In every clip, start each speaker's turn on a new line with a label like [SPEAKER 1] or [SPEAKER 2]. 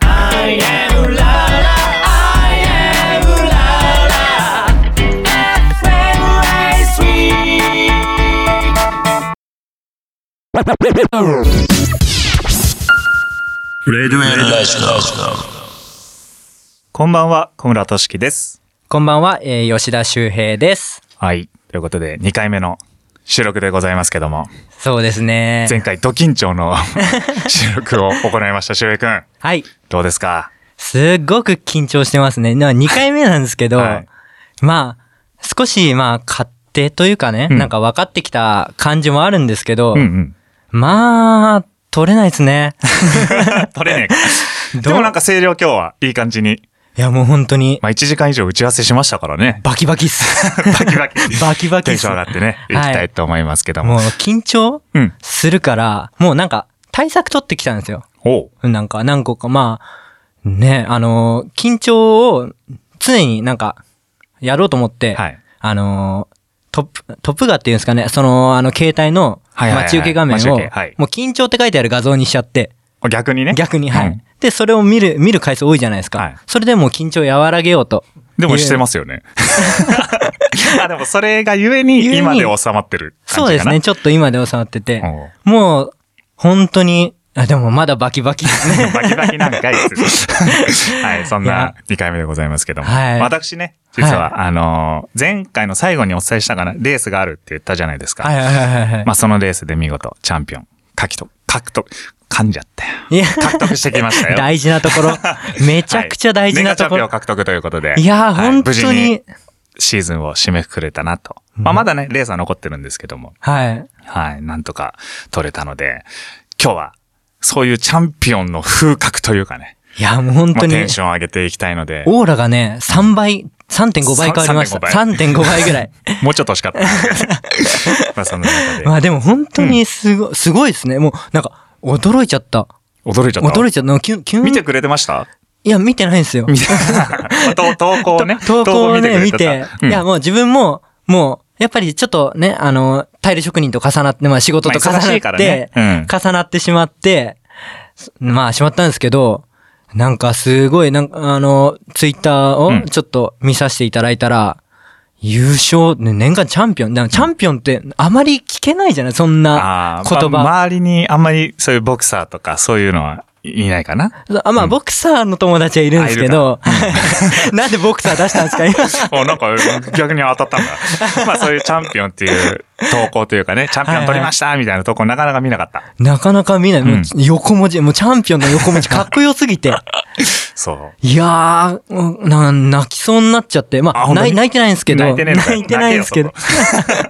[SPEAKER 1] I am la la, I am la la. FM Ice Week.
[SPEAKER 2] レディオ大好き
[SPEAKER 3] こんばんは、小村俊樹です。
[SPEAKER 4] こんばんは、えー吉田修平です。
[SPEAKER 3] はい。ということで、2回目の収録でございますけども、
[SPEAKER 4] そうですね。
[SPEAKER 3] 前回ド緊張 の収録を行いました、周平くん。
[SPEAKER 4] はい。
[SPEAKER 3] どうですか
[SPEAKER 4] すっごく緊張してますね。な2回目なんですけ ど、
[SPEAKER 3] はい
[SPEAKER 4] まあ、少し、まあ、勝手というかね、
[SPEAKER 3] うん
[SPEAKER 4] なんか分かってきた感じもあるんですけど、
[SPEAKER 3] うんうん。
[SPEAKER 4] まあ、取れないですね。
[SPEAKER 3] 取れね えか。でもなんか声量今日はいい感じに。
[SPEAKER 4] いや、もう本当に、
[SPEAKER 3] まあ1時間以上打ち合わせしましたから ね。
[SPEAKER 4] バキバキっす。
[SPEAKER 3] バキバキ。
[SPEAKER 4] バキバキ
[SPEAKER 3] テ
[SPEAKER 4] っ
[SPEAKER 3] ンシ
[SPEAKER 4] す。
[SPEAKER 3] ョン上がってね、いき
[SPEAKER 4] はい
[SPEAKER 3] たいと思いますけども。
[SPEAKER 4] もう、緊張
[SPEAKER 3] うん。
[SPEAKER 4] するから、もうなんか、対策取ってきたんですよ。
[SPEAKER 3] おう。
[SPEAKER 4] なんか何個か、まあ、ね、あのー緊張を常になんか、やろうと思って、
[SPEAKER 3] はい
[SPEAKER 4] あのートップ、トップガっていうんですかね、その、あの、携帯の
[SPEAKER 3] はいはいはい
[SPEAKER 4] 待ち受け画面
[SPEAKER 3] 待ち
[SPEAKER 4] を、
[SPEAKER 3] 受けはい
[SPEAKER 4] もう緊張って書いてある画像にしちゃって、
[SPEAKER 3] 逆にね。
[SPEAKER 4] 逆に、はい、
[SPEAKER 3] うん
[SPEAKER 4] で、それを見る、見る回数多いじゃないですか。
[SPEAKER 3] はい
[SPEAKER 4] それでもう緊張を和らげようと。。
[SPEAKER 3] でもしてますすよ ね。あ、でもそれがゆえに
[SPEAKER 4] ゆえに
[SPEAKER 3] 今で収まってる
[SPEAKER 4] そ
[SPEAKER 3] 感
[SPEAKER 4] う
[SPEAKER 3] じ
[SPEAKER 4] で
[SPEAKER 3] か
[SPEAKER 4] す
[SPEAKER 3] な。
[SPEAKER 4] ね、ちょっと今で収まってて
[SPEAKER 3] おう、
[SPEAKER 4] もう、本当に、あ、でもまだバキバキで すね。
[SPEAKER 3] バキバキなんかいっ つってはい、そん
[SPEAKER 4] い
[SPEAKER 3] な
[SPEAKER 4] や
[SPEAKER 3] 2回目でございますけども。
[SPEAKER 4] はい
[SPEAKER 3] 私ね、実は、
[SPEAKER 4] は
[SPEAKER 3] あのー前回の最後にお伝えしたかな、レースがあるって言ったじゃないですか。
[SPEAKER 4] はいはいはいはい。
[SPEAKER 3] まあ、そのレースで見事、チャンピオン、獲得、獲得、噛んじゃった よ。
[SPEAKER 4] いや
[SPEAKER 3] 獲得してきましたよ。
[SPEAKER 4] 大事な ところ。めちゃくちゃ大事
[SPEAKER 3] はい年間
[SPEAKER 4] なとこ
[SPEAKER 3] チャンピオ
[SPEAKER 4] ろ
[SPEAKER 3] ン。獲得ということで。
[SPEAKER 4] いやー
[SPEAKER 3] は
[SPEAKER 4] 本当
[SPEAKER 3] 無
[SPEAKER 4] に
[SPEAKER 3] 事にシーズンを締めくくれたなと。まあ、まだね、レースは残ってるんですけども。
[SPEAKER 4] はい。
[SPEAKER 3] はい、なんとか取れたので、今日は、そういうチャンピオンの風格というかね。
[SPEAKER 4] いや、もう本
[SPEAKER 3] も
[SPEAKER 4] 当
[SPEAKER 3] う
[SPEAKER 4] に
[SPEAKER 3] テ、ンション上げていきたいので、
[SPEAKER 4] オーラがね、3倍、3.5倍変わりました。
[SPEAKER 3] 3.5
[SPEAKER 4] 3.5倍ぐらい。
[SPEAKER 3] もうちょっと欲しか った。まあその中で
[SPEAKER 4] ま。あでも本当にすご、すごいですね。もう、なんか、驚いちゃった。
[SPEAKER 3] 驚いちゃった。
[SPEAKER 4] 驚いちゃった。キュン、キュン。
[SPEAKER 3] 見てくれてました
[SPEAKER 4] いや、見てないんですよ。
[SPEAKER 3] 見て投投稿ね。
[SPEAKER 4] 投稿をね、見
[SPEAKER 3] くれ
[SPEAKER 4] て
[SPEAKER 3] た。
[SPEAKER 4] い
[SPEAKER 3] うん
[SPEAKER 4] や、もう自分も、もう、やっぱりちょっとね、あの、タイル職人と重なって、まあ仕事と重
[SPEAKER 3] まあ忙し
[SPEAKER 4] ない
[SPEAKER 3] から
[SPEAKER 4] っ
[SPEAKER 3] ねう
[SPEAKER 4] て、
[SPEAKER 3] ん
[SPEAKER 4] 重なってしまって、まあしまったんですけど、なんかすごい、なんかあの、ツイッター
[SPEAKER 3] うん
[SPEAKER 4] をちょっと見させていただいたら、優勝、ね年間チャンピオン。でもチャンピオンってあまり聞けないじゃないそんな
[SPEAKER 3] あー
[SPEAKER 4] 言葉。
[SPEAKER 3] まあ周りにあんまりそういうボクサーとかそういうのはいないか な。
[SPEAKER 4] あまあ、ボクサーの友達はいるんですけど、 なんでボクサー出したんですか今。
[SPEAKER 3] おなんか逆に当たったん だ。まあそういうチャンピオンっていう投稿というかね、チャンピオン取りましたみたいな投稿なかなか見なかった。
[SPEAKER 4] なかなか見ない。もううん横文字、もうチャンピオンの横文字かっこよすぎ て。
[SPEAKER 3] そう。
[SPEAKER 4] いやー、うんな泣きそうになっちゃって。ま
[SPEAKER 3] あ
[SPEAKER 4] あ、
[SPEAKER 3] 本当に
[SPEAKER 4] 泣い泣いてないんですけど。
[SPEAKER 3] 泣いてねえんだ
[SPEAKER 4] 泣いてないんですけど
[SPEAKER 3] 泣。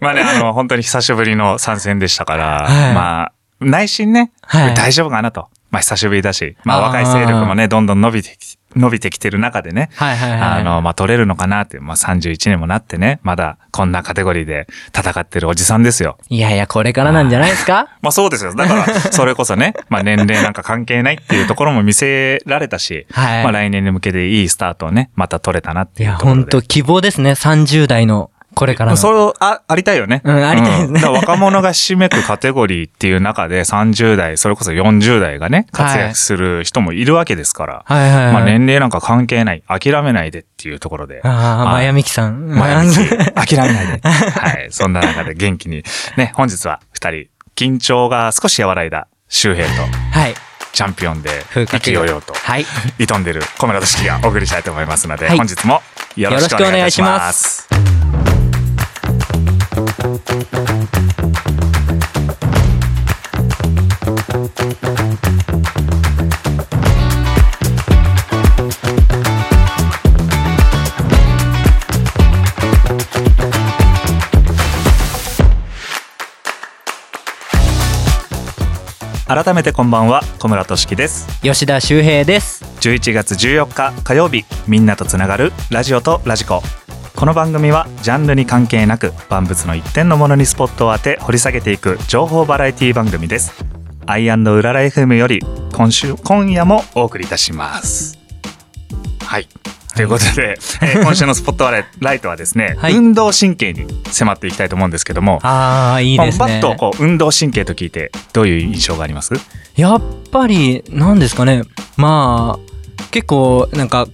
[SPEAKER 3] まあね、あの、本当に久しぶりの参戦でしたから、
[SPEAKER 4] はい
[SPEAKER 3] まあ、内心ね、
[SPEAKER 4] はい
[SPEAKER 3] 大丈夫かなと。まあ、久しぶりだし、まあ、
[SPEAKER 4] あー
[SPEAKER 3] 若い勢力もね、どんどん伸びてき、伸びてきてる中でね、
[SPEAKER 4] はいはいはい
[SPEAKER 3] あの、まあ、取れるのかなって、まあ、31年もなってね、まだこんなカテゴリーで戦ってるおじさんですよ。
[SPEAKER 4] いやいや、これからなんじゃないですか
[SPEAKER 3] まあ、そうですよ。だ から、それこそね、まあ、年齢なんか関係ないっていうところも見せられたし、
[SPEAKER 4] はい
[SPEAKER 3] まあ、来年に向けていいスタートをね、また取れたなって
[SPEAKER 4] い
[SPEAKER 3] いう
[SPEAKER 4] や、
[SPEAKER 3] ところ
[SPEAKER 4] ほ
[SPEAKER 3] で。
[SPEAKER 4] んと希望ですね。30代の、これからの。
[SPEAKER 3] それをあ、ありたいよね。
[SPEAKER 4] うんありたいですね
[SPEAKER 3] うんだから若者がひしめくカテゴリーっていう中で、30代、それこそ40代がね、活躍する人もいるわけですから、
[SPEAKER 4] はいはいはい。
[SPEAKER 3] まあ年齢なんか関係ない、諦めないでっていうところで。
[SPEAKER 4] ああ、
[SPEAKER 3] はい
[SPEAKER 4] マヤミキさん。
[SPEAKER 3] 前向き、諦めないで。はい。そんな中で元気に。ね、本日は二人、緊張が少し和らいだ周平と、
[SPEAKER 4] はい。
[SPEAKER 3] チャンピオンで
[SPEAKER 4] 風格
[SPEAKER 3] 勢いよと、
[SPEAKER 4] はい。
[SPEAKER 3] 挑んでる小村俊樹がお送りしたいと思いますので、
[SPEAKER 4] はい
[SPEAKER 3] 本日もよろしくお願いし
[SPEAKER 4] よろしくお願いし
[SPEAKER 3] ま。
[SPEAKER 4] ます
[SPEAKER 3] 改めてこんばんは小村俊樹です
[SPEAKER 4] 吉田修平です。
[SPEAKER 3] 11月14日火曜日みんなとつながるラジオとラジコこの番組はジャンルに関係なく万物の一点のものにスポットを当て掘り下げていく情報バラエティ番組ですアイウララ FM より今週今夜もお送りいたしますはいということで、えー今週のスポットライライトはですね、
[SPEAKER 4] はい
[SPEAKER 3] 運動神経に迫っていきたいと思うんですけども
[SPEAKER 4] ああ、いいです
[SPEAKER 3] まあ
[SPEAKER 4] ね。
[SPEAKER 3] バッとこう運動神経と聞いてどういう印象があります
[SPEAKER 4] やっぱり、なんですかね、まあ結構なんか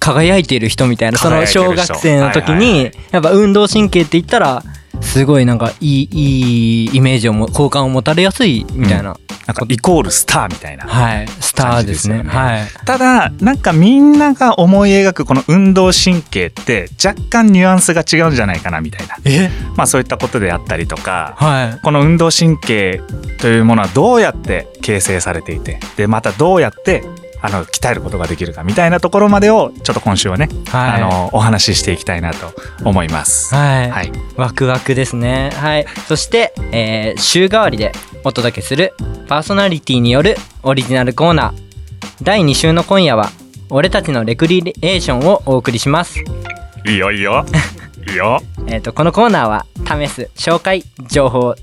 [SPEAKER 4] 輝いている人みたいなそ
[SPEAKER 3] 輝
[SPEAKER 4] の
[SPEAKER 3] いてる
[SPEAKER 4] 小
[SPEAKER 3] 人
[SPEAKER 4] 学生の時
[SPEAKER 3] はいはい
[SPEAKER 4] にやっぱ運動神経って言ったらすごいなんかいいいいイメージをも好感を持たれやすいみたいな、
[SPEAKER 3] なんかイコールスターみたいな。
[SPEAKER 4] はいスターですね
[SPEAKER 3] 感じですよね
[SPEAKER 4] はい
[SPEAKER 3] ただなんかみんなが思い描くこの運動神経って若干ニュアンスが違うんじゃないかなみたいな、
[SPEAKER 4] え
[SPEAKER 3] まあ、そういったことであったりとか、
[SPEAKER 4] はい
[SPEAKER 3] この運動神経というものはどうやって形成されていてでまたどうやってあの鍛えることができるかみたいなところまでをちょっと今週はね、
[SPEAKER 4] は
[SPEAKER 3] あ
[SPEAKER 4] い
[SPEAKER 3] のお話ししていきたいなと思います。
[SPEAKER 4] はい、
[SPEAKER 3] はい、
[SPEAKER 4] ワクワクですねはいそして、えー週替わりでお届けするパーソナリティによるオリジナルコーナー第2週の今夜は俺たちのレクリエーションをお送りします
[SPEAKER 3] いいよいい よいいよ
[SPEAKER 4] えー、とこのコーナーは試す紹介情報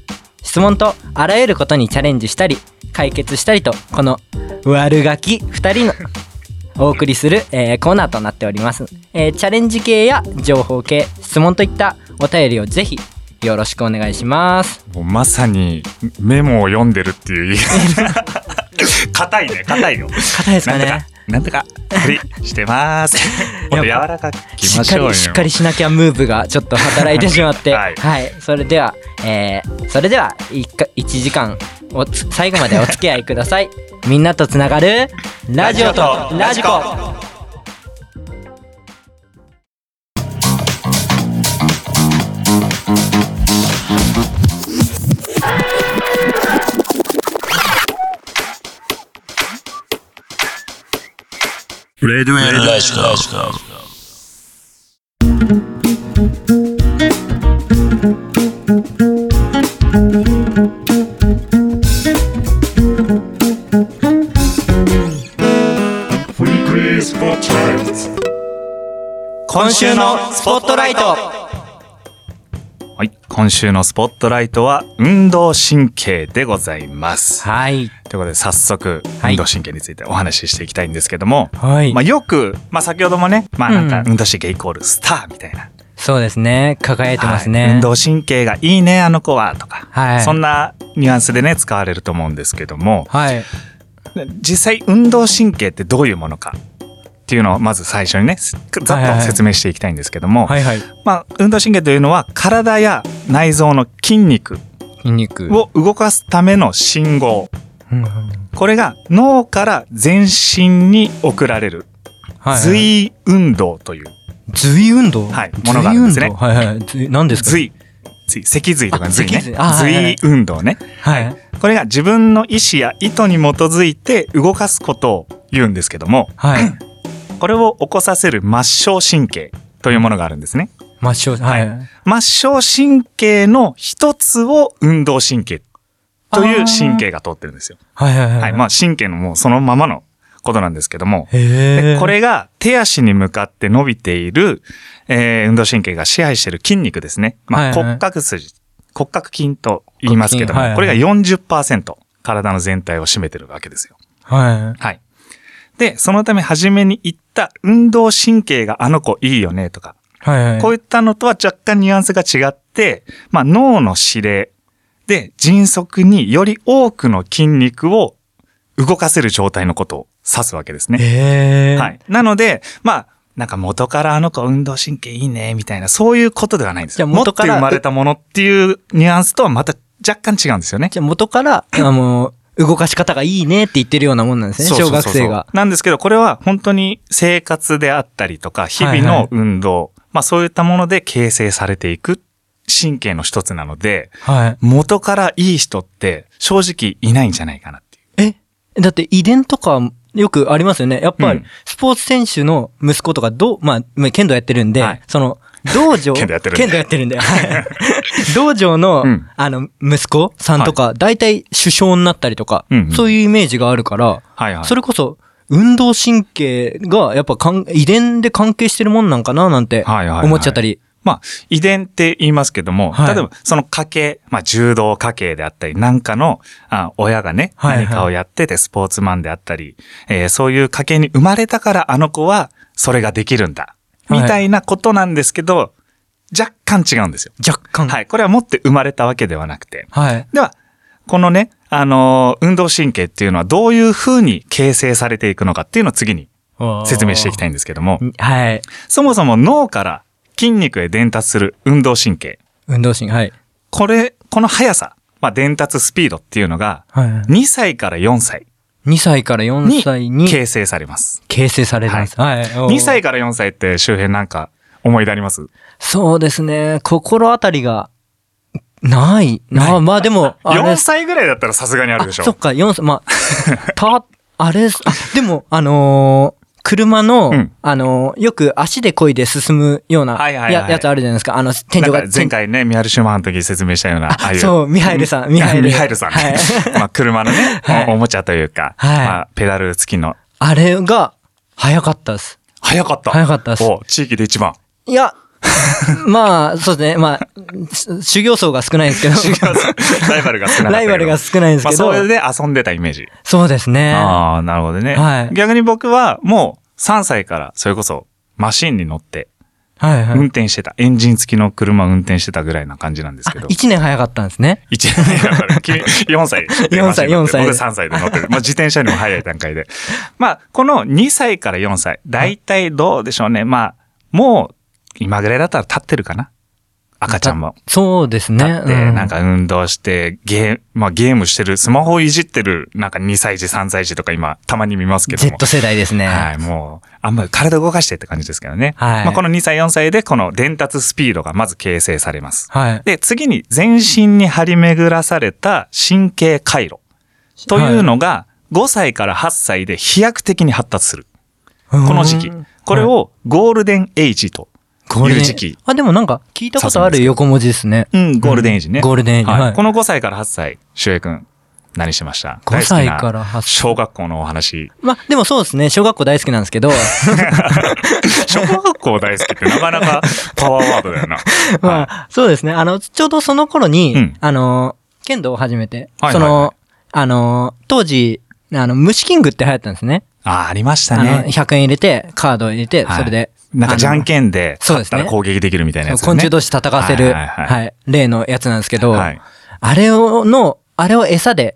[SPEAKER 4] 質問とあらゆることにチャレンジしたり解決したりとこの悪ガキ2人のお送りする、えーコーナーとなっております、えーチャレンジ系や情報系質問といったお便りをぜひよろしくお願いします
[SPEAKER 3] もうまさにメモを読んでるっていう 硬いね硬いよ
[SPEAKER 4] 硬いです
[SPEAKER 3] な
[SPEAKER 4] か
[SPEAKER 3] んと
[SPEAKER 4] ね
[SPEAKER 3] かなんとかふりして ます。もっと柔らかくいき
[SPEAKER 4] し
[SPEAKER 3] ま
[SPEAKER 4] っ
[SPEAKER 3] し
[SPEAKER 4] か
[SPEAKER 3] ょうよ。
[SPEAKER 4] りしっかりしなきゃムーブがちょっと働いてしまっ て
[SPEAKER 3] はい
[SPEAKER 4] それでは、えーそれでは 1, か1時間おつ最後までお付き合いくだ さいみんなとつながるラジオとラジコ
[SPEAKER 2] レデュエラジコ。
[SPEAKER 5] Weekly Spotlight.
[SPEAKER 4] 今週のスポットライト
[SPEAKER 3] はい、今週のスポットライトは運動神経でございます。
[SPEAKER 4] はい
[SPEAKER 3] ということで早速
[SPEAKER 4] はい
[SPEAKER 3] 運動神経についてお話ししていきたいんですけども、
[SPEAKER 4] はい
[SPEAKER 3] まあ、よく、まあ、先ほどもね、まあ、なんか
[SPEAKER 4] うん
[SPEAKER 3] 運動神経イコールスターみたいな、
[SPEAKER 4] そうですね輝いてますね、
[SPEAKER 3] はい運動神経がいいねあの子はとか、
[SPEAKER 4] はい
[SPEAKER 3] そんなニュアンスでね使われると思うんですけども
[SPEAKER 4] はい
[SPEAKER 3] 実際運動神経ってどういうものかっていうのをまず最初にねざっ
[SPEAKER 4] はいはいは
[SPEAKER 3] と
[SPEAKER 4] い
[SPEAKER 3] 説明していきたいんですけども、
[SPEAKER 4] はいはい
[SPEAKER 3] まあ、運動神経というのは体や内臓の筋肉
[SPEAKER 4] 筋肉
[SPEAKER 3] を動かすための信号
[SPEAKER 4] うんうん
[SPEAKER 3] これが脳から全身に送られる
[SPEAKER 4] はいはい
[SPEAKER 3] 随運動という
[SPEAKER 4] 随運動
[SPEAKER 3] はいものがあるんですね
[SPEAKER 4] 随運動はいはい随何ですか
[SPEAKER 3] 随随脊髄とかの髄ね
[SPEAKER 4] あ脊髄あはいはいはい
[SPEAKER 3] 随運動ね
[SPEAKER 4] はい
[SPEAKER 3] これが自分の意思や意図に基づいて動かすことを言うんですけども
[SPEAKER 4] はい
[SPEAKER 3] これを起こさせる末梢神経というものがあるんですね
[SPEAKER 4] 抹消はい、
[SPEAKER 3] 末梢神経の一つを運動神経という神経が通ってるんですよ
[SPEAKER 4] はいはいはい
[SPEAKER 3] はい。まあ、神経のもうそのままのことなんですけども、
[SPEAKER 4] へ
[SPEAKER 3] で
[SPEAKER 4] え
[SPEAKER 3] これが手足に向かって伸びている、えー運動神経が支配している筋肉ですね。まあ、
[SPEAKER 4] はいはい
[SPEAKER 3] 骨格筋、骨格筋と言いますけども、
[SPEAKER 4] 骨格
[SPEAKER 3] これ
[SPEAKER 4] 筋
[SPEAKER 3] が
[SPEAKER 4] はい
[SPEAKER 3] 40%体の全体を占めてるわけですよ。
[SPEAKER 4] はい
[SPEAKER 3] はい。で、そのため初めに言った運動神経があの子いいよねとか、
[SPEAKER 4] はいはい
[SPEAKER 3] こういったのとは若干ニュアンスが違って、まあ、脳の指令で迅速により多くの筋肉を動かせる状態のことを指すわけですね。
[SPEAKER 4] えー、
[SPEAKER 3] はい。なので、まあ、なんか元からあの子運動神経いいね、みたいな、そういうことではないんです
[SPEAKER 4] じゃ
[SPEAKER 3] よ。
[SPEAKER 4] あ
[SPEAKER 3] もっ
[SPEAKER 4] 元
[SPEAKER 3] と
[SPEAKER 4] から
[SPEAKER 3] 生まれたものっていうニュアンスとはまた若干違うんですよね。
[SPEAKER 4] じゃあ元 から、あの、動かし方がいいねって言ってるようなもんなんですね、
[SPEAKER 3] そうそうそ
[SPEAKER 4] 小
[SPEAKER 3] う
[SPEAKER 4] 学
[SPEAKER 3] そう
[SPEAKER 4] 生が。。
[SPEAKER 3] なんですけど、これは本当に生活であったりとか、日々
[SPEAKER 4] はいは
[SPEAKER 3] の
[SPEAKER 4] い
[SPEAKER 3] 運動、まあそういったもので形成されていく神経の一つなので、
[SPEAKER 4] は
[SPEAKER 3] 元からいい人って正直いないんじゃないかなっていう。
[SPEAKER 4] い。えだって遺伝とかよくありますよね。やっぱ
[SPEAKER 3] う
[SPEAKER 4] り
[SPEAKER 3] ん、
[SPEAKER 4] スポーツ選手の息子とか、どう、まあまあ、剣道やってるんで、
[SPEAKER 3] はい
[SPEAKER 4] その、道 場
[SPEAKER 3] 剣道やってるんで
[SPEAKER 4] 剣道やってるんで。 はい道場の、
[SPEAKER 3] うん
[SPEAKER 4] あの、息子さんとか、大体首相になったりとか、
[SPEAKER 3] うんうん
[SPEAKER 4] そういうイメージがあるから、
[SPEAKER 3] はいは
[SPEAKER 4] それこそ、運動神経が、やっぱかん、遺伝で関係してるもんなんかな、なんて、
[SPEAKER 3] はいはいはい
[SPEAKER 4] 思っちゃったり。
[SPEAKER 3] まあ、遺伝って言いますけども、
[SPEAKER 4] はい
[SPEAKER 3] 例えばその家系、まあ柔道家系であったり、なんかの、あ親がね、
[SPEAKER 4] はいはい
[SPEAKER 3] 何かをやっててスポーツマンであったり、えーそういう家系に生まれたからあの子はそれができるんだ。
[SPEAKER 4] はい
[SPEAKER 3] みたいなことなんですけど、若干違うんですよ。
[SPEAKER 4] 若干。
[SPEAKER 3] はい。これは持って生まれたわけではなくて。
[SPEAKER 4] はい。
[SPEAKER 3] では、このね、あのー運動神経っていうのはどういうふうに形成されていくのかっていうのを次に説明していきたいんですけども、
[SPEAKER 4] はい。
[SPEAKER 3] そもそも脳から筋肉へ伝達する運動神経。
[SPEAKER 4] 運動神経、はい。
[SPEAKER 3] これ、この速さ、まあ、伝達スピードっていうのが、
[SPEAKER 4] はい。
[SPEAKER 3] 2歳から4歳
[SPEAKER 4] 2歳から4
[SPEAKER 3] に
[SPEAKER 4] 歳に
[SPEAKER 3] 形成されます。
[SPEAKER 4] 形成されるんです。はい。
[SPEAKER 3] 2歳から4歳って周辺なんか思い出あります
[SPEAKER 4] そうですね。心当たりが、ない。なまあでも、あれ
[SPEAKER 3] ?4 歳ぐらいだったらさすがにあるでしょ
[SPEAKER 4] あそっか、4歳、まあ、 た、あれです、あ、でも、あのー車の、
[SPEAKER 3] うん
[SPEAKER 4] あのーよく足で漕いで進むような
[SPEAKER 3] はいはいはい
[SPEAKER 4] ややつあるじゃないですか。あの、天井
[SPEAKER 3] なん
[SPEAKER 4] が
[SPEAKER 3] か。前回ね、ミハル・シューマハンの時説明したような、ああいう。
[SPEAKER 4] そうミハイルさんミハイル
[SPEAKER 3] ミハイルさんね。
[SPEAKER 4] はい
[SPEAKER 3] まあ、車のね、
[SPEAKER 4] はい
[SPEAKER 3] おおもちゃというか、
[SPEAKER 4] はい
[SPEAKER 3] まあ、ペダル付きの。
[SPEAKER 4] あれが、早かったです。
[SPEAKER 3] 早かった。
[SPEAKER 4] 早かったっす
[SPEAKER 3] お地域で一 番。
[SPEAKER 4] いや、まあ、そうですね。まあ、し修行僧が少ないんですけど。
[SPEAKER 3] ライバルが少ない。
[SPEAKER 4] ライバルが少ないんですけど
[SPEAKER 3] まあ、それで遊んでたイメージ。
[SPEAKER 4] そうですね。
[SPEAKER 3] ああ、なるほどね。
[SPEAKER 4] はい
[SPEAKER 3] 逆に僕は、もう、3歳から、それこそ、マシンに乗って、
[SPEAKER 4] はいはい。
[SPEAKER 3] 運転してた、エンジン付きの車を運転してたぐらいな感じなんですけど。
[SPEAKER 4] 1年早かったんですね。
[SPEAKER 3] 一年だから、 君、4歳でしょ。
[SPEAKER 4] 4
[SPEAKER 3] マシ
[SPEAKER 4] 歳
[SPEAKER 3] ン乗って
[SPEAKER 4] 4歳で
[SPEAKER 3] 僕3歳で乗ってる。まあ、自転車にも早い段階で。まあ、この2歳から4歳、だいたいどうでしょうね。まあ、もう、今ぐらいだったら立ってるかな。赤ちゃんも。
[SPEAKER 4] そうですね。
[SPEAKER 3] 立って、
[SPEAKER 4] う
[SPEAKER 3] なんか運動して、ゲー、まあゲームしてる、スマホいじってる、なんか2歳児、3歳児とか今、たまに見ますけども
[SPEAKER 4] Z。世代ですね。
[SPEAKER 3] はい、もう、あんまり体動かしてって感じですけどね。
[SPEAKER 4] はい
[SPEAKER 3] まあこの2歳、4歳で、この伝達スピードがまず形成されます。
[SPEAKER 4] はい。
[SPEAKER 3] で、次に全身に張り巡らされた神経回路というのが5歳から8歳で飛躍的に発達する。
[SPEAKER 4] こ
[SPEAKER 3] この時期。これをゴールデンエイジと。
[SPEAKER 4] これ
[SPEAKER 3] いう
[SPEAKER 4] ね
[SPEAKER 3] 時期
[SPEAKER 4] あ、でもなんか聞いたことある横文字ですね。
[SPEAKER 3] うん、ゴールデンエイジね。
[SPEAKER 4] うんゴールデンエイジはい
[SPEAKER 3] この5歳から8歳、周平くん、何してました
[SPEAKER 4] 5歳から
[SPEAKER 3] 大好きな
[SPEAKER 4] 8歳
[SPEAKER 3] 小学校のお 話。
[SPEAKER 4] まあ、でもそうですね。小学校大好きなんですけど、
[SPEAKER 3] 小学校大好きってなかなかパワーワードだよな。
[SPEAKER 4] ま
[SPEAKER 3] は
[SPEAKER 4] あ、そうですね。あの、ちょうどその頃に、
[SPEAKER 3] うん
[SPEAKER 4] あの、剣道を始めて、
[SPEAKER 3] はいはいはい
[SPEAKER 4] その、あの、当時、あの、虫キングって流行ったんですね。
[SPEAKER 3] い、あ、ありました
[SPEAKER 4] あの、
[SPEAKER 3] ね。
[SPEAKER 4] 100円入れて、カードを入れて、
[SPEAKER 3] はい
[SPEAKER 4] それで。
[SPEAKER 3] なんかじゃんけんで、
[SPEAKER 4] そう
[SPEAKER 3] 勝
[SPEAKER 4] で
[SPEAKER 3] っ
[SPEAKER 4] すね
[SPEAKER 3] たら攻撃できるみたいな
[SPEAKER 4] あの
[SPEAKER 3] やつ、ね。
[SPEAKER 4] 昆虫同士戦わせ
[SPEAKER 3] は
[SPEAKER 4] る、はいい
[SPEAKER 3] はいはい
[SPEAKER 4] 例のやつなんですけど、
[SPEAKER 3] はい
[SPEAKER 4] あれを、の、あれを餌で、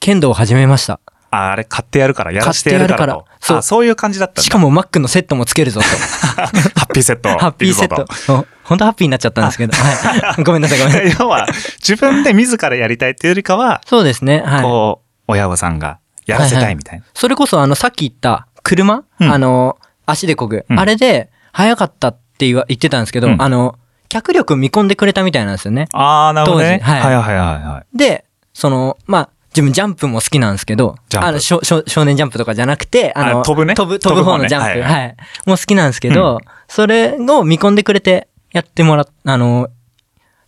[SPEAKER 4] 剣道を始めました。
[SPEAKER 3] ああれ買ってやるから、やらしてやるから
[SPEAKER 4] 買っ
[SPEAKER 3] と
[SPEAKER 4] てやる。から
[SPEAKER 3] そ
[SPEAKER 4] そう
[SPEAKER 3] う。そういう感じだったんだ
[SPEAKER 4] しかもマックのセットもつけ るぞと。
[SPEAKER 3] ハッピーセット。
[SPEAKER 4] ハッピーセッ
[SPEAKER 3] い
[SPEAKER 4] ト
[SPEAKER 3] くぞ。
[SPEAKER 4] そう本当ハッピーになっちゃったんですけど。 はい。ごめんなさい、ごめんなさい。
[SPEAKER 3] と。要は、自分で自らやりたいっていうよりかは、
[SPEAKER 4] そうですね。はい。
[SPEAKER 3] こう、親御さんがやらせたいみたいな。
[SPEAKER 4] それこそ、あの、さっき言った車、
[SPEAKER 3] うん
[SPEAKER 4] あの、足で漕ぐ。
[SPEAKER 3] うん
[SPEAKER 4] あれで、速かったって言わ言ってたんですけど、
[SPEAKER 3] うん
[SPEAKER 4] あの、脚力見込んでくれたみたいなんですよね。
[SPEAKER 3] ああ、なるほどね。
[SPEAKER 4] 当時
[SPEAKER 3] は
[SPEAKER 4] はいい
[SPEAKER 3] はいはいはい。
[SPEAKER 4] で、その、まあ、自分ジャンプも好きなんですけど、
[SPEAKER 3] ジャンプ
[SPEAKER 4] あの少少少年ジャンプとかじゃなくて、あの、
[SPEAKER 3] あ飛ぶね
[SPEAKER 4] 飛ぶ、飛ぶ
[SPEAKER 3] 飛
[SPEAKER 4] 方
[SPEAKER 3] ぶ方ね
[SPEAKER 4] のジャンプ、
[SPEAKER 3] はい
[SPEAKER 4] はい、
[SPEAKER 3] はい
[SPEAKER 4] もう好きなんですけど、それを見込んでくれてやってもらっ、あの、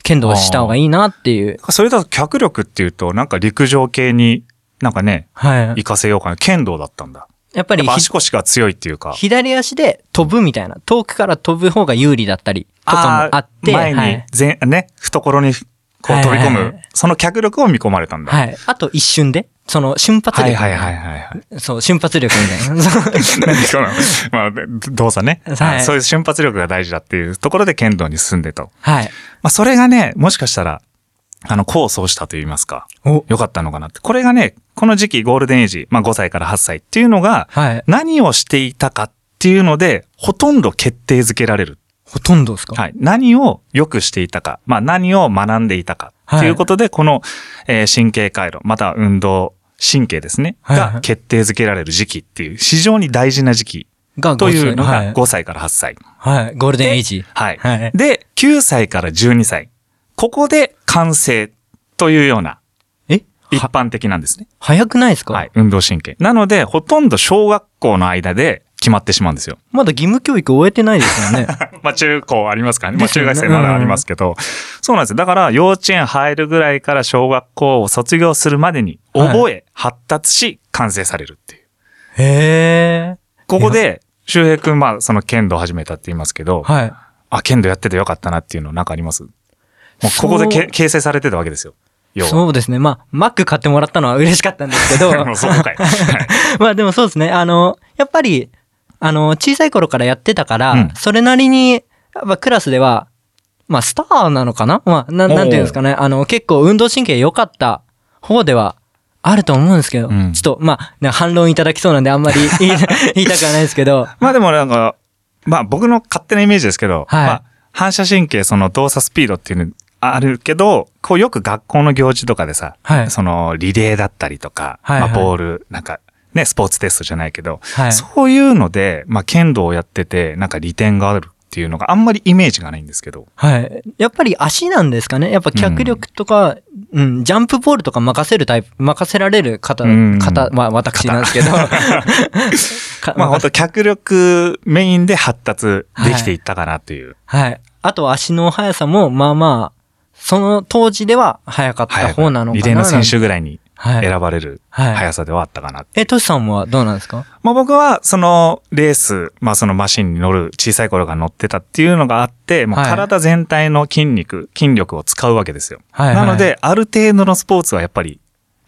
[SPEAKER 4] 剣道した方がいいなっていう。
[SPEAKER 3] それだと脚力っていうと、なんか陸上系に、なんかね、
[SPEAKER 4] は
[SPEAKER 3] 行かせようかな。剣道だったんだ。
[SPEAKER 4] い。やっぱ
[SPEAKER 3] やっ
[SPEAKER 4] り
[SPEAKER 3] ぱ
[SPEAKER 4] ひ
[SPEAKER 3] 足腰が強いっていうか。
[SPEAKER 4] 左足で飛ぶみたいな、遠くから飛ぶ方が有利だったりとかもあって、
[SPEAKER 3] ー前
[SPEAKER 4] は
[SPEAKER 3] に
[SPEAKER 4] い、。
[SPEAKER 3] 前、ね、懐にこう飛び込
[SPEAKER 4] はいはいは
[SPEAKER 3] む、その脚力を見込まれたんだ。
[SPEAKER 4] はい。あと一瞬で、その瞬発
[SPEAKER 3] はい
[SPEAKER 4] 力。
[SPEAKER 3] はいはいはいはい。
[SPEAKER 4] そう、瞬発力みたいな。そう
[SPEAKER 3] 何その、まあ、動作ね、
[SPEAKER 4] はい
[SPEAKER 3] そういう瞬発力が大事だっていうところで剣道に進んでと。ま
[SPEAKER 4] はい。
[SPEAKER 3] あ、それがね、もしかしたら、あの、功を奏したと言いますか、
[SPEAKER 4] お
[SPEAKER 3] 良かったのかなって。これがね、この時期ゴールデンエイジ、まあ5歳から8歳っていうのが、
[SPEAKER 4] はい。
[SPEAKER 3] 何をしていたかっていうので、ほとんど決定づけられる。
[SPEAKER 4] ほとんどですか
[SPEAKER 3] はい。何を良くしていたか、まあ何を学んでいたかっていうことで、この、えー神経回路、または運動、神経ですね、
[SPEAKER 4] はいはい
[SPEAKER 3] が決定づけられる時期っていう、非常に大事な時期
[SPEAKER 4] が
[SPEAKER 3] というの
[SPEAKER 4] は
[SPEAKER 3] が
[SPEAKER 4] い
[SPEAKER 3] 5歳から8歳。
[SPEAKER 4] はい。ゴールデンエイジ。
[SPEAKER 3] はい。
[SPEAKER 4] はい
[SPEAKER 3] で、9歳から12歳。ここで完成というような
[SPEAKER 4] え
[SPEAKER 3] 一般的なんですね。
[SPEAKER 4] 早くないですか、
[SPEAKER 3] はい。運動神経。なので、ほとんど小学校の間で決まってしまうんですよ。
[SPEAKER 4] まだ義務教育終えてないです よね。
[SPEAKER 3] まあ中高ありますからね。まあ
[SPEAKER 4] です
[SPEAKER 3] 中
[SPEAKER 4] よね
[SPEAKER 3] 学生まだありますけど。そうなんですよ。だから幼稚園入るぐらいから小学校を卒業するまでに
[SPEAKER 4] はい
[SPEAKER 3] 覚え、発達し、完成されるっていう。
[SPEAKER 4] へえ。
[SPEAKER 3] ここで、周平くん、まあその剣道を始めたって言いますけど、
[SPEAKER 4] はい。
[SPEAKER 3] あ、剣道やっててよかったなっていうのなんかありますもうここでけ
[SPEAKER 4] そう
[SPEAKER 3] 形成されてたわけですよ。要は。
[SPEAKER 4] そうですね。まあ、マック買ってもらったのは嬉しかったんですけ ど、
[SPEAKER 3] もうそこかい。はい
[SPEAKER 4] まあでもそうですね。あの、やっぱり、あの、小さい頃からやってたから、
[SPEAKER 3] うん
[SPEAKER 4] それなりに、やっぱクラスでは、まあ、スターなのかなまあ、な
[SPEAKER 3] お
[SPEAKER 4] ん
[SPEAKER 3] う
[SPEAKER 4] なんていうんですかね。あの、結構運動神経良かった方ではあると思うんですけど、
[SPEAKER 3] うん
[SPEAKER 4] ちょっと、まあ、ね反論いただきそうなんで、あん まり言い言いたくはないですけど、
[SPEAKER 3] まあでもなんか、まあ僕の勝手なイメージですけど、
[SPEAKER 4] はい
[SPEAKER 3] まあ反射神経、その動作スピードっていうのあるけど、こうよく学校の行事とかでさ、
[SPEAKER 4] はい
[SPEAKER 3] そのリレーだったりとか、
[SPEAKER 4] はいはい
[SPEAKER 3] まあボール、なんかね、スポーツテストじゃないけど、
[SPEAKER 4] はい
[SPEAKER 3] そういうので、まあ剣道をやってて、なんか利点があるっていうのがあんまりイメージがないんですけど。
[SPEAKER 4] はい。やっぱり足なんですかねやっぱ脚力とか、うん、ジャンプボールとか任せるタイプ、任せられる方、
[SPEAKER 3] うん
[SPEAKER 4] 方、まあ私なんですけど。 か
[SPEAKER 3] まあ本当脚力メインで発達できていったかなという。
[SPEAKER 4] はい。あと足の速さも、まあまあ、その当時では速かった方なのかな。
[SPEAKER 3] リレーの選手ぐらいに
[SPEAKER 4] はい
[SPEAKER 3] 選ばれる
[SPEAKER 4] はい
[SPEAKER 3] 速さではあったかな。
[SPEAKER 4] え、トシさんはどうなんですか
[SPEAKER 3] まあ僕は、その、レース、まあそのマシンに乗る、小さい頃から乗ってたっていうのがあって、もう
[SPEAKER 4] はい
[SPEAKER 3] 体全体の筋肉、筋力を使うわけですよ。
[SPEAKER 4] はいはい
[SPEAKER 3] なので、ある程度のスポーツはやっぱり、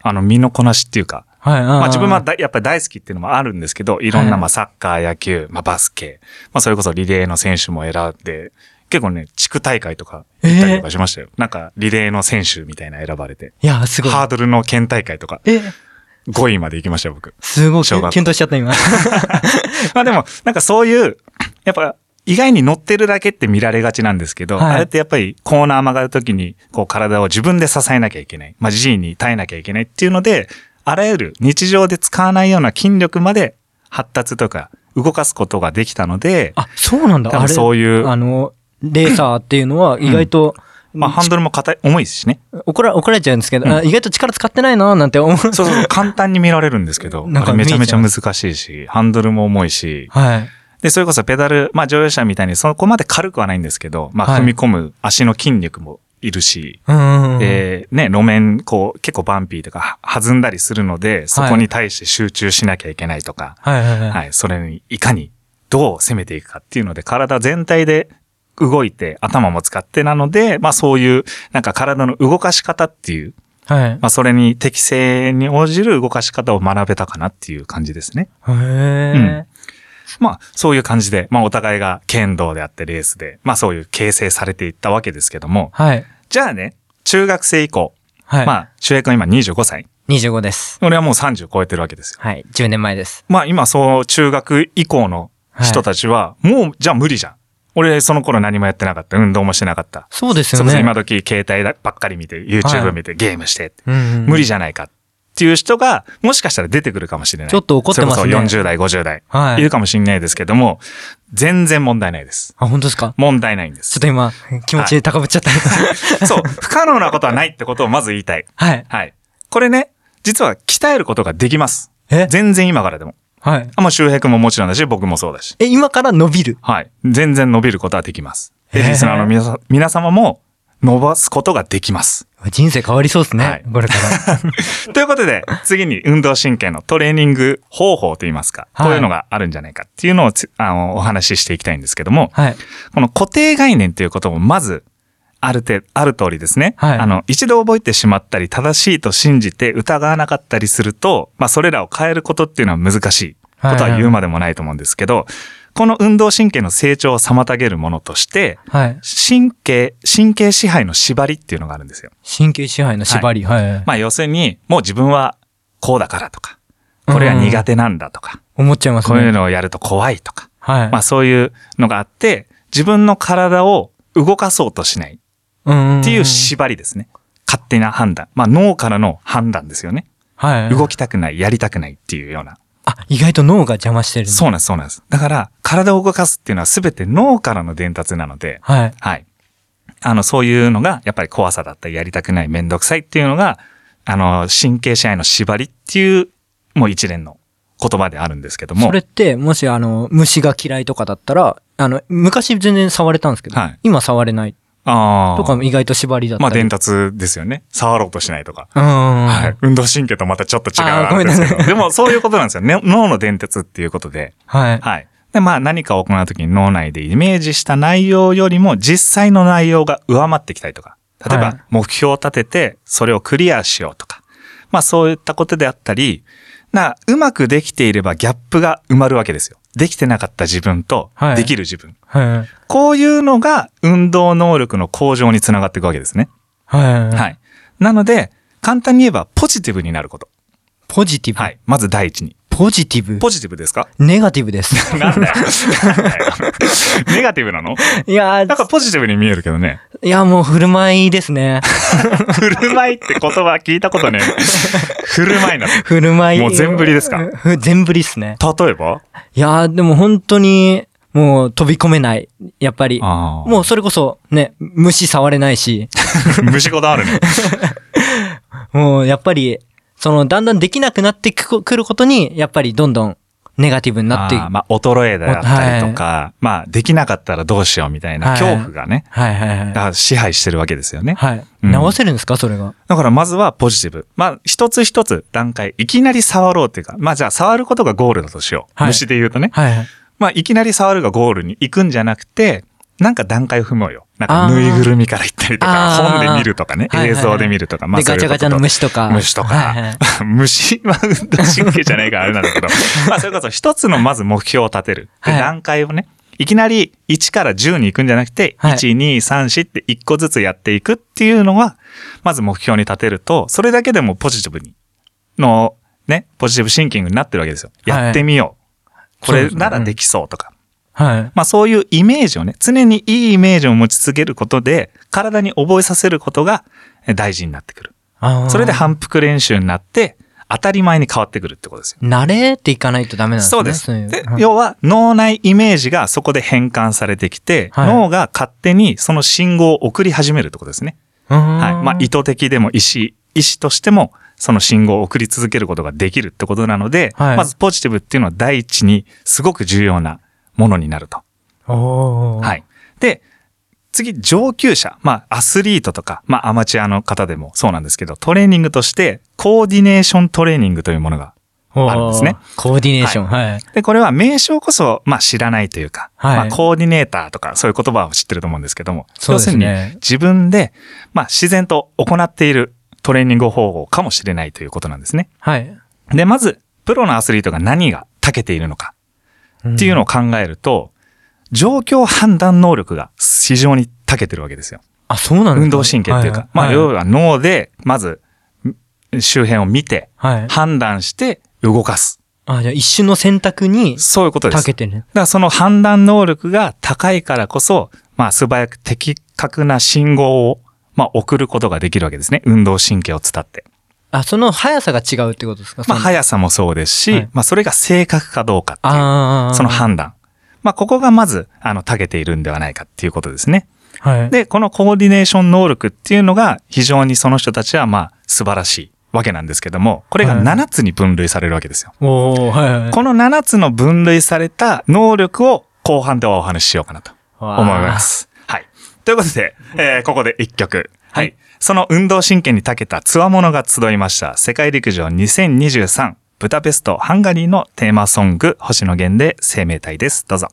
[SPEAKER 3] あの、身のこなしっていうか、
[SPEAKER 4] はい。ま
[SPEAKER 3] まあ自分はだやっぱり大好きっていうのもあるんですけど、いろん
[SPEAKER 4] は
[SPEAKER 3] ないまあサッカー、野球、まあバスケ、まあそれこそリレーの選手も選んで、結構ね、地区大会とか行ったりとかしましたよ。なんか、リレーの選手みたいな選ばれて。
[SPEAKER 4] いや、すごい。
[SPEAKER 3] ハードルの県大会とか、
[SPEAKER 4] え、
[SPEAKER 3] 5位まで行きましたよ、僕。
[SPEAKER 4] すごい、キ
[SPEAKER 3] 小学
[SPEAKER 4] ュン
[SPEAKER 3] 校
[SPEAKER 4] キュンとしちゃった 今。
[SPEAKER 3] まあでも、なんかそういう、やっぱ、意外に乗ってるだけって見られがちなんですけど、
[SPEAKER 4] はい
[SPEAKER 3] あれってやっぱりコーナー曲がるときに、こう体を自分で支えなきゃいけない。まあ、G に耐えなきゃいけないっていうので、あらゆる日常で使わないような筋力まで発達とか動かすことができたので、
[SPEAKER 4] あ、そうなんだ。
[SPEAKER 3] 多分
[SPEAKER 4] あれ、
[SPEAKER 3] そういう
[SPEAKER 4] あの、レーサーっていうのは意外と、
[SPEAKER 3] まあハンドルも硬い、重いですしね。
[SPEAKER 4] 怒ら、怒られちゃうんですけど、あ意外と力使ってないななんて思う。
[SPEAKER 3] そう そう、簡単に見られるんですけど、
[SPEAKER 4] なんか
[SPEAKER 3] あれめちゃめちゃ難しいし、ハンドルも重いし、
[SPEAKER 4] はい。
[SPEAKER 3] で、それこそペダル、まあ乗用車みたいにそこまで軽くはないんですけど、ま
[SPEAKER 4] は
[SPEAKER 3] あ
[SPEAKER 4] い
[SPEAKER 3] 踏み込む足の筋力もいるし、
[SPEAKER 4] うん。
[SPEAKER 3] えーね、路面、こう、結構バンピーとか、は弾んだりするので、そこに対して集中しなきゃいけないとか、
[SPEAKER 4] はいはいはい。
[SPEAKER 3] はい、それにいかにどう攻めていくかっていうので、体全体で動いて、頭も使ってなので、まあそういう、なんか体の動かし方っていう、
[SPEAKER 4] はい。
[SPEAKER 3] まあそれに適正に応じる動かし方を学べたかなっていう感じですね。
[SPEAKER 4] へえ。
[SPEAKER 3] まあそういう感じで、まあお互いが剣道であってレースで、まあそういう形成されていったわけですけども、
[SPEAKER 4] はい。
[SPEAKER 3] じゃあね、中学生以降、
[SPEAKER 4] はい。
[SPEAKER 3] まあ、主役は今25歳。
[SPEAKER 4] 25です。
[SPEAKER 3] 俺はもう30超えてるわけですよ。
[SPEAKER 4] はい。10年前です。
[SPEAKER 3] まあ今そう中学以降の人たちは、もうじゃあ無理じゃん。俺その頃何もやってなかった。運動もしてなかった。
[SPEAKER 4] そうです
[SPEAKER 3] そ
[SPEAKER 4] よ
[SPEAKER 3] れこ
[SPEAKER 4] ね。
[SPEAKER 3] そ今時携帯だばっかり見て、YouTube 見て、ゲームしてって、
[SPEAKER 4] うんうん
[SPEAKER 3] 無理じゃないかっていう人が、もしかしたら出てくるかもしれない。
[SPEAKER 4] ちょっと怒ってますね
[SPEAKER 3] それこそ40代、50代、
[SPEAKER 4] はい
[SPEAKER 3] いるかもしれないですけども、全然問題ないです。
[SPEAKER 4] あ、本当ですか
[SPEAKER 3] 問題ないんで
[SPEAKER 4] ちょ
[SPEAKER 3] す
[SPEAKER 4] っ。と今、気持ち高ぶっちゃった。
[SPEAKER 3] そう、不可能なことはないってことをまず言いたい。
[SPEAKER 4] はい。
[SPEAKER 3] はい。これね、実は鍛えることができます。
[SPEAKER 4] え
[SPEAKER 3] 全然今からでも。
[SPEAKER 4] はい。
[SPEAKER 3] あ、まあ、周平君ももちろんだし、僕もそうだし。
[SPEAKER 4] え、今から伸びる
[SPEAKER 3] はい。全然伸びることはできます。で、
[SPEAKER 4] へー
[SPEAKER 3] リスナーの皆さん皆様も伸ばすことができます。
[SPEAKER 4] 人生変わりそうですね。
[SPEAKER 3] はい
[SPEAKER 4] これ から。
[SPEAKER 3] ということで、次に運動神経のトレーニング方法といいますか、
[SPEAKER 4] はい
[SPEAKER 3] こういうのがあるんじゃないかっていうのをつあのお話ししていきたいんですけども、
[SPEAKER 4] はい。
[SPEAKER 3] この固定概念ということもまず、ある程ある通りですね。
[SPEAKER 4] はい
[SPEAKER 3] あの、一度覚えてしまったり、正しいと信じて疑わなかったりすると、まあ、それらを変えることっていうのは難しいことは言うまでもないと思うんですけど、この運動神経の成長を妨げるものとして、
[SPEAKER 4] はい。
[SPEAKER 3] 神経、神経支配の縛りっていうのがあるんですよ。
[SPEAKER 4] 神経支配の縛り。はい。
[SPEAKER 3] まあ、要するに、もう自分はこうだからとか、これは苦手なんだとか、
[SPEAKER 4] 思っちゃいます
[SPEAKER 3] こ
[SPEAKER 4] ね。
[SPEAKER 3] ういうのをやると怖いとか、
[SPEAKER 4] はい。
[SPEAKER 3] まあそういうのがあって、自分の体を動かそうとしない
[SPEAKER 4] うんんん
[SPEAKER 3] っていう縛りですね。勝手な判断。まあ脳からの判断ですよね。
[SPEAKER 4] はい。
[SPEAKER 3] 動きたくない、やりたくないっていうような。
[SPEAKER 4] あ、意外と脳が邪魔してる。
[SPEAKER 3] そうなんです、そうなんです。だから、体を動かすっていうのは全て脳からの伝達なので、
[SPEAKER 4] はい。
[SPEAKER 3] はい。あの、そういうのが、やっぱり怖さだったり、やりたくない、めんどくさいっていうのが、あの、神経支配の縛りっていう、もう一連の言葉であるんですけども。
[SPEAKER 4] それって、もしあの、虫が嫌いとかだったら、あの、昔全然触れたんですけど、
[SPEAKER 3] はい
[SPEAKER 4] 今触れない
[SPEAKER 3] あ
[SPEAKER 4] と
[SPEAKER 3] あ。
[SPEAKER 4] かも意外と縛りだったり。
[SPEAKER 3] まあ、伝達ですよね。触ろうとしないとか。
[SPEAKER 4] うんうんうん。
[SPEAKER 3] はい。運動神経とまたちょっと違う
[SPEAKER 4] あー
[SPEAKER 3] な
[SPEAKER 4] ごめ
[SPEAKER 3] ん
[SPEAKER 4] ん
[SPEAKER 3] で
[SPEAKER 4] な
[SPEAKER 3] す
[SPEAKER 4] さい
[SPEAKER 3] けど。でも、そういうことなんですよね。 脳の伝達っていうことで。
[SPEAKER 4] はい。
[SPEAKER 3] はい。で、まあ、何かを行うときに脳内でイメージした内容よりも実際の内容が上回ってきたりとか。例え
[SPEAKER 4] はい
[SPEAKER 3] ば、目標を立てて、それをクリアしようとか。まあ、そういったことであったり、な、うまくできていればギャップが埋まるわけですよ。できてなかった自分と
[SPEAKER 4] は、い
[SPEAKER 3] できる自分。
[SPEAKER 4] はい。
[SPEAKER 3] こういうのが運動能力の向上につながっていくわけですね。
[SPEAKER 4] はい。
[SPEAKER 3] はい。なので、簡単に言えばポジティブになること。
[SPEAKER 4] ポジティブ、
[SPEAKER 3] はい。まず第一に。
[SPEAKER 4] ポジティブ
[SPEAKER 3] ポジティブですか
[SPEAKER 4] ネガティ ブです
[SPEAKER 3] なんだよ。ネガティブなの
[SPEAKER 4] いやー
[SPEAKER 3] なんかポジティブに見えるけど ね。
[SPEAKER 4] いやもう振る舞いで すね
[SPEAKER 3] 振る舞いって言葉聞いたことねえ。振る舞いなの。
[SPEAKER 4] 振る舞い
[SPEAKER 3] もう全振りですか
[SPEAKER 4] ふ全振りっすね
[SPEAKER 3] 例えば
[SPEAKER 4] いやーでも本当にもう飛び込めないやっぱり
[SPEAKER 3] あ
[SPEAKER 4] もうそれこそね虫触れないし
[SPEAKER 3] う、虫こだわるね。
[SPEAKER 4] もうやっぱり、そのだんだんできなくなってくこくることに、やっぱりどんどんネガティブになっていく。
[SPEAKER 3] あーまあ、衰えだったりとか、まあ、できなかったらどうしようみたいな
[SPEAKER 4] はい
[SPEAKER 3] 恐怖がね、
[SPEAKER 4] はいはいはい。
[SPEAKER 3] が支配してるわけですよね。
[SPEAKER 4] はい。
[SPEAKER 3] うん
[SPEAKER 4] 直せるんですかそれが。
[SPEAKER 3] だからまずはポジティブ。まあ、一つ一つ段階、いきなり触ろうっていうか、まあじゃあ触ることがゴールだとしよう。
[SPEAKER 4] はい
[SPEAKER 3] 虫で言うとね。
[SPEAKER 4] はいはい。
[SPEAKER 3] まあ、いきなり触るがゴールに行くんじゃなくて、なんか段階を踏もうよ。なんか
[SPEAKER 4] あー
[SPEAKER 3] ぬいぐるみから行ったりとか、
[SPEAKER 4] あー
[SPEAKER 3] 本で見るとかね、
[SPEAKER 4] はいはい
[SPEAKER 3] 映
[SPEAKER 4] はい
[SPEAKER 3] 像で見るとか、まあ
[SPEAKER 4] で、
[SPEAKER 3] そう
[SPEAKER 4] ガ
[SPEAKER 3] いう
[SPEAKER 4] チャ
[SPEAKER 3] こ
[SPEAKER 4] ガチャの虫とか。
[SPEAKER 3] 虫とか、
[SPEAKER 4] はいはい
[SPEAKER 3] 虫は運動神経じゃないからあれなんだ けど、まあそれこそ一つのまず目標を立てる。で
[SPEAKER 4] はい
[SPEAKER 3] 段階をね、いきなり1から10に行くんじゃなくて、
[SPEAKER 4] はい
[SPEAKER 3] 1、2、3、4って1個ずつやっていくっていうのは、まず目標に立てると、それだけでもポジティブに、の、ね、ポジティブシンキングになってるわけですよ。
[SPEAKER 4] はい
[SPEAKER 3] やってみよう。こ
[SPEAKER 4] そう
[SPEAKER 3] れ
[SPEAKER 4] ですね
[SPEAKER 3] ならできそうとか。
[SPEAKER 4] はい。
[SPEAKER 3] まあそういうイメージをね、常にいいイメージを持ち続けることで、体に覚えさせることがえ大事になってくる。
[SPEAKER 4] あー
[SPEAKER 3] それで反復練習になって、当たり前に変わってくるってことですよ。
[SPEAKER 4] 慣れていかないとダメなんですね。
[SPEAKER 3] そうです。
[SPEAKER 4] い
[SPEAKER 3] で
[SPEAKER 4] はい
[SPEAKER 3] 要は、脳内イメージがそこで変換されてきて、
[SPEAKER 4] はい
[SPEAKER 3] 脳が勝手にその信号を送り始めるってことですね。
[SPEAKER 4] うーん
[SPEAKER 3] はい。まあ、意図的でも意思、意思としても、その信号を送り続けることができるってことなので、
[SPEAKER 4] はい
[SPEAKER 3] まずポジティブっていうのは第一にすごく重要なものになると。
[SPEAKER 4] おー
[SPEAKER 3] はい。で、次、上級者。まあ、アスリートとか、まあ、アマチュアの方でもそうなんですけど、トレーニングとして、コーディネーショントレーニングというものが。
[SPEAKER 4] おー
[SPEAKER 3] あるんですね。
[SPEAKER 4] コーディネーション。はい。
[SPEAKER 3] で、これは名称こそ、まあ、知らないというか、
[SPEAKER 4] はい
[SPEAKER 3] まあ、コーディネーターとか、そういう言葉を知ってると思うんですけども、
[SPEAKER 4] そうですね
[SPEAKER 3] 要するに、自分で、まあ、自然と行っているトレーニング方法かもしれないということなんですね。
[SPEAKER 4] はい。
[SPEAKER 3] で、まず、プロのアスリートが何が長けているのかっていうのを考えると、状況判断能力が非常に長けてるわけですよ。
[SPEAKER 4] あ、そうなんですか
[SPEAKER 3] 運動神経っていうか、まあ、要
[SPEAKER 4] は
[SPEAKER 3] は脳で、まず、周辺を見て、
[SPEAKER 4] はい。
[SPEAKER 3] 判断して動かす。
[SPEAKER 4] あ、じゃあ一瞬の選択に、
[SPEAKER 3] そういうことです。
[SPEAKER 4] たけてね。
[SPEAKER 3] だからその判断能力が高いからこそ、まあ素早く的確な信号を、まあ送ることができるわけですね。運動神経を伝って。
[SPEAKER 4] あ、その速さが違うってことです
[SPEAKER 3] ま
[SPEAKER 4] か
[SPEAKER 3] あ
[SPEAKER 4] その
[SPEAKER 3] 速さもそうですし、
[SPEAKER 4] はい
[SPEAKER 3] まあそれが正確かどうかっていう、
[SPEAKER 4] ああ。
[SPEAKER 3] その判断。まあここがまず、あの、長けているんではないかっていうことですね。
[SPEAKER 4] はい。
[SPEAKER 3] で、このコーディネーション能力っていうのが非常にその人たちはまあ素晴らしいわけなんですけども、これが
[SPEAKER 4] はい
[SPEAKER 3] 7つに分類されるわけですよ。
[SPEAKER 4] おおはいはい。
[SPEAKER 3] この7つの分類された能力を後半ではお話ししようかなと思います。はい。ということで、えーここで1曲。はい。
[SPEAKER 4] はい
[SPEAKER 3] その運動神経に長けた強者が集いました世界陸上2023ブダペストハンガリーのテーマソング星野源で生命体です。どうぞ。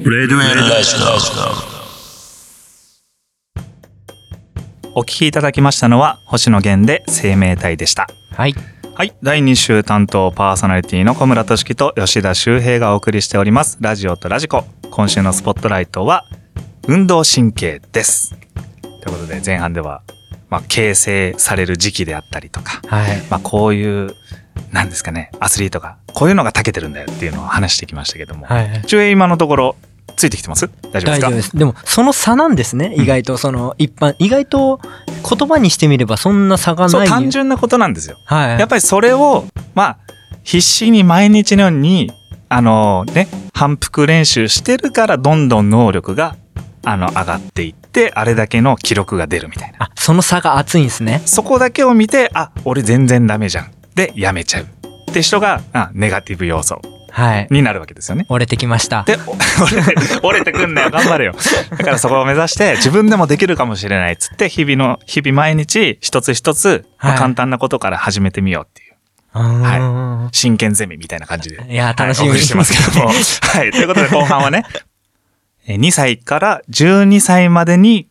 [SPEAKER 2] レデュエルラジオ
[SPEAKER 3] お聞きいただきましたのは星野源で生命体でした。
[SPEAKER 4] はい。
[SPEAKER 3] はい。第2週担当パーソナリティの小村俊樹と吉田修平がお送りしております。ラジオとラジコ。今週のスポットライトは、運動神経です。ということで、前半では、まあ、形成される時期であったりとか、
[SPEAKER 4] はい。
[SPEAKER 3] まあ、こういう、なんですかね、アスリートが、こういうのが長けてるんだよっていうのを話してきましたけども、
[SPEAKER 4] はい。
[SPEAKER 3] 中英今のところ、ついてきてます大丈夫です
[SPEAKER 4] 大丈
[SPEAKER 3] か
[SPEAKER 4] 夫です。でも、その差なんですね。意外と、その、一般、意外と、言葉にしてみれば、そんな差が
[SPEAKER 3] そ
[SPEAKER 4] な
[SPEAKER 3] う、
[SPEAKER 4] い。
[SPEAKER 3] 単。純なことなんですよ。
[SPEAKER 4] はい。
[SPEAKER 3] やっぱりそれを、まあ、必死に毎日のように、あのね、反復練習してるから、どんどん能力が、あの、上がっていって、あれだけの記録が出るみたいな。
[SPEAKER 4] あ、その差が熱いんですね。
[SPEAKER 3] そこだけを見て、あ、俺全然ダメじゃん。で、やめちゃう。って人が、あネガティブ要素
[SPEAKER 4] はい。
[SPEAKER 3] になるわけですよね。
[SPEAKER 4] 折れてきました。
[SPEAKER 3] で、 お折れて、折れてくんなよ、頑張れよ。だからそこを目指して、自分でもできるかもしれないっつって、日々の、日々毎日、一つ一つ、まあ
[SPEAKER 4] はい
[SPEAKER 3] 簡単なことから始めてみようっていう。
[SPEAKER 4] は
[SPEAKER 3] 真剣ゼミみたいな感じで。
[SPEAKER 4] いやー楽しみ
[SPEAKER 3] はいお送りしてますけども。はい。ということで後半はね、えー2歳から12歳までに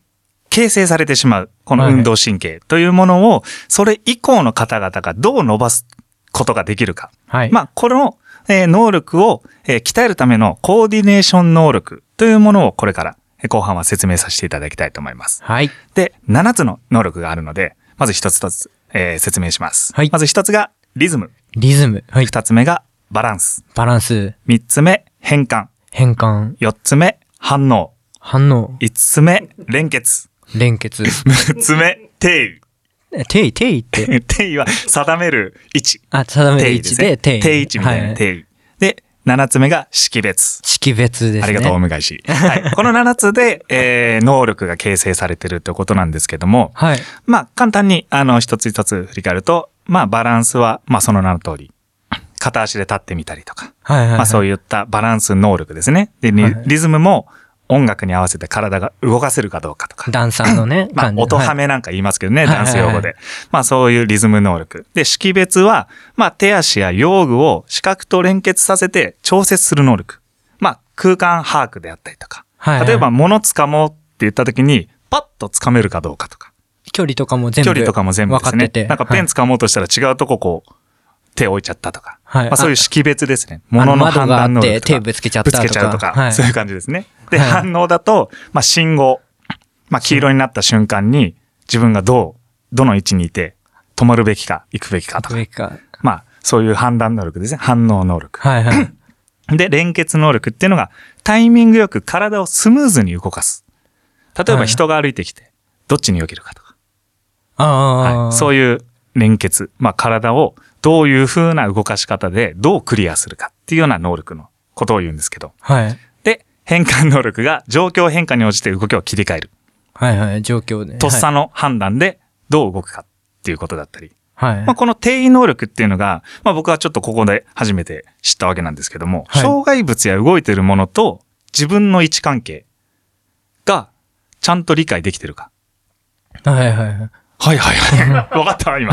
[SPEAKER 3] 形成されてしまう、この運動神経というものを、それ以降の方々がどう伸ばすことができるか。
[SPEAKER 4] はい。
[SPEAKER 3] まあ、この、えー能力を、えー鍛えるためのコーディネーション能力というものをこれから、えー後半は説明させていただきたいと思います。
[SPEAKER 4] はい。
[SPEAKER 3] で、7つの能力があるので、まず一つ一つ、えー説明します。
[SPEAKER 4] はい
[SPEAKER 3] まず一つがリズム。
[SPEAKER 4] リズム。はい。
[SPEAKER 3] 二つ目がバランス。
[SPEAKER 4] バランス。
[SPEAKER 3] 三つ目、変換。
[SPEAKER 4] 変換。
[SPEAKER 3] 四つ目、反応。
[SPEAKER 4] 反応。
[SPEAKER 3] 五つ目、連結。
[SPEAKER 4] 連結。
[SPEAKER 3] 六つ目、定
[SPEAKER 4] え定位、定位って。
[SPEAKER 3] 位。 定位は定める位置。
[SPEAKER 4] あ、定める
[SPEAKER 3] 定位
[SPEAKER 4] 位
[SPEAKER 3] で
[SPEAKER 4] 置
[SPEAKER 3] すね。
[SPEAKER 4] で定位。
[SPEAKER 3] 定位置みたい
[SPEAKER 4] は
[SPEAKER 3] な定位。で、七つ目が識別。
[SPEAKER 4] 識別ですね。
[SPEAKER 3] ありがとう、お願い し。はい。この7つで、えー、能力が形成されてるということなんですけども、
[SPEAKER 4] はい。
[SPEAKER 3] まあ、簡単に、あの、一つ一つ振り返ると、まあ、バランスは、まあ、その名の通り、片足で立ってみたりとか、
[SPEAKER 4] はいはいはい。
[SPEAKER 3] まあ、そういったバランス能力ですね。で、リ
[SPEAKER 4] はいはい
[SPEAKER 3] リズムも、音楽に合わせて体が動かせるかどうかとか、
[SPEAKER 4] ダンサーのね、
[SPEAKER 3] まあ
[SPEAKER 4] 感、じ
[SPEAKER 3] 音はめなんか言いますけどね、
[SPEAKER 4] はい
[SPEAKER 3] 男性用語
[SPEAKER 4] はいはい
[SPEAKER 3] で。まあ、そういうリズム能力。で、識別は、まあ、手足や用具を視覚と連結させて調節する能力。まあ、空間把握であったりとか。
[SPEAKER 4] はいはい
[SPEAKER 3] 例えば、物掴もうって言った時に、パッと掴めるかどうかとか。
[SPEAKER 4] 距離とかも全部。
[SPEAKER 3] 距離とかも全部
[SPEAKER 4] 分
[SPEAKER 3] で
[SPEAKER 4] か
[SPEAKER 3] す
[SPEAKER 4] って
[SPEAKER 3] ね。
[SPEAKER 4] て。
[SPEAKER 3] なんかペン掴もうとしたら違うとここう、手置いちゃったとか。
[SPEAKER 4] はい
[SPEAKER 3] まあそういう識別ですね。
[SPEAKER 4] の
[SPEAKER 3] 物の判断能力とか。
[SPEAKER 4] 窓があって手ぶつけちゃったとか
[SPEAKER 3] ぶつけちゃうとか。
[SPEAKER 4] はい
[SPEAKER 3] そういう感じですね。で、
[SPEAKER 4] はい
[SPEAKER 3] 反応だと、まあ信号。まあ黄色になった瞬間に自分がどう、どの位置にいて止まるべきか、行くべきかと
[SPEAKER 4] はい。
[SPEAKER 3] か。
[SPEAKER 4] 上か。
[SPEAKER 3] まあそういう判断能力ですね。反応能力。
[SPEAKER 4] は いはい。
[SPEAKER 3] で、連結能力っていうのが、タイミングよく体をスムーズに動かす。例え
[SPEAKER 4] は
[SPEAKER 3] ば
[SPEAKER 4] い
[SPEAKER 3] 人が歩いてきて、どっちに避けるかとか。
[SPEAKER 4] あ
[SPEAKER 3] は
[SPEAKER 4] あ。
[SPEAKER 3] い、そう
[SPEAKER 4] いう。
[SPEAKER 3] いう連結、まあ、体をどういう風な動かし方でどうクリアするかっていうような能力のことを言うんですけど。
[SPEAKER 4] はい。
[SPEAKER 3] で、変換能力が状況変化に応じて動きを切り替える。
[SPEAKER 4] はいはい。状況で。
[SPEAKER 3] とっさの判断でどう動くかっていうことだったり。
[SPEAKER 4] はい。
[SPEAKER 3] ま
[SPEAKER 4] は
[SPEAKER 3] あ、この定位能力っていうのが、まあ、僕はちょっとここで初めて知ったわけなんですけども、
[SPEAKER 4] はい
[SPEAKER 3] 障害物や動いてるものと自分の位置関係がちゃんと理解できてるか。
[SPEAKER 4] い。はいはいはい。
[SPEAKER 3] はいはい はい。わかったわ今。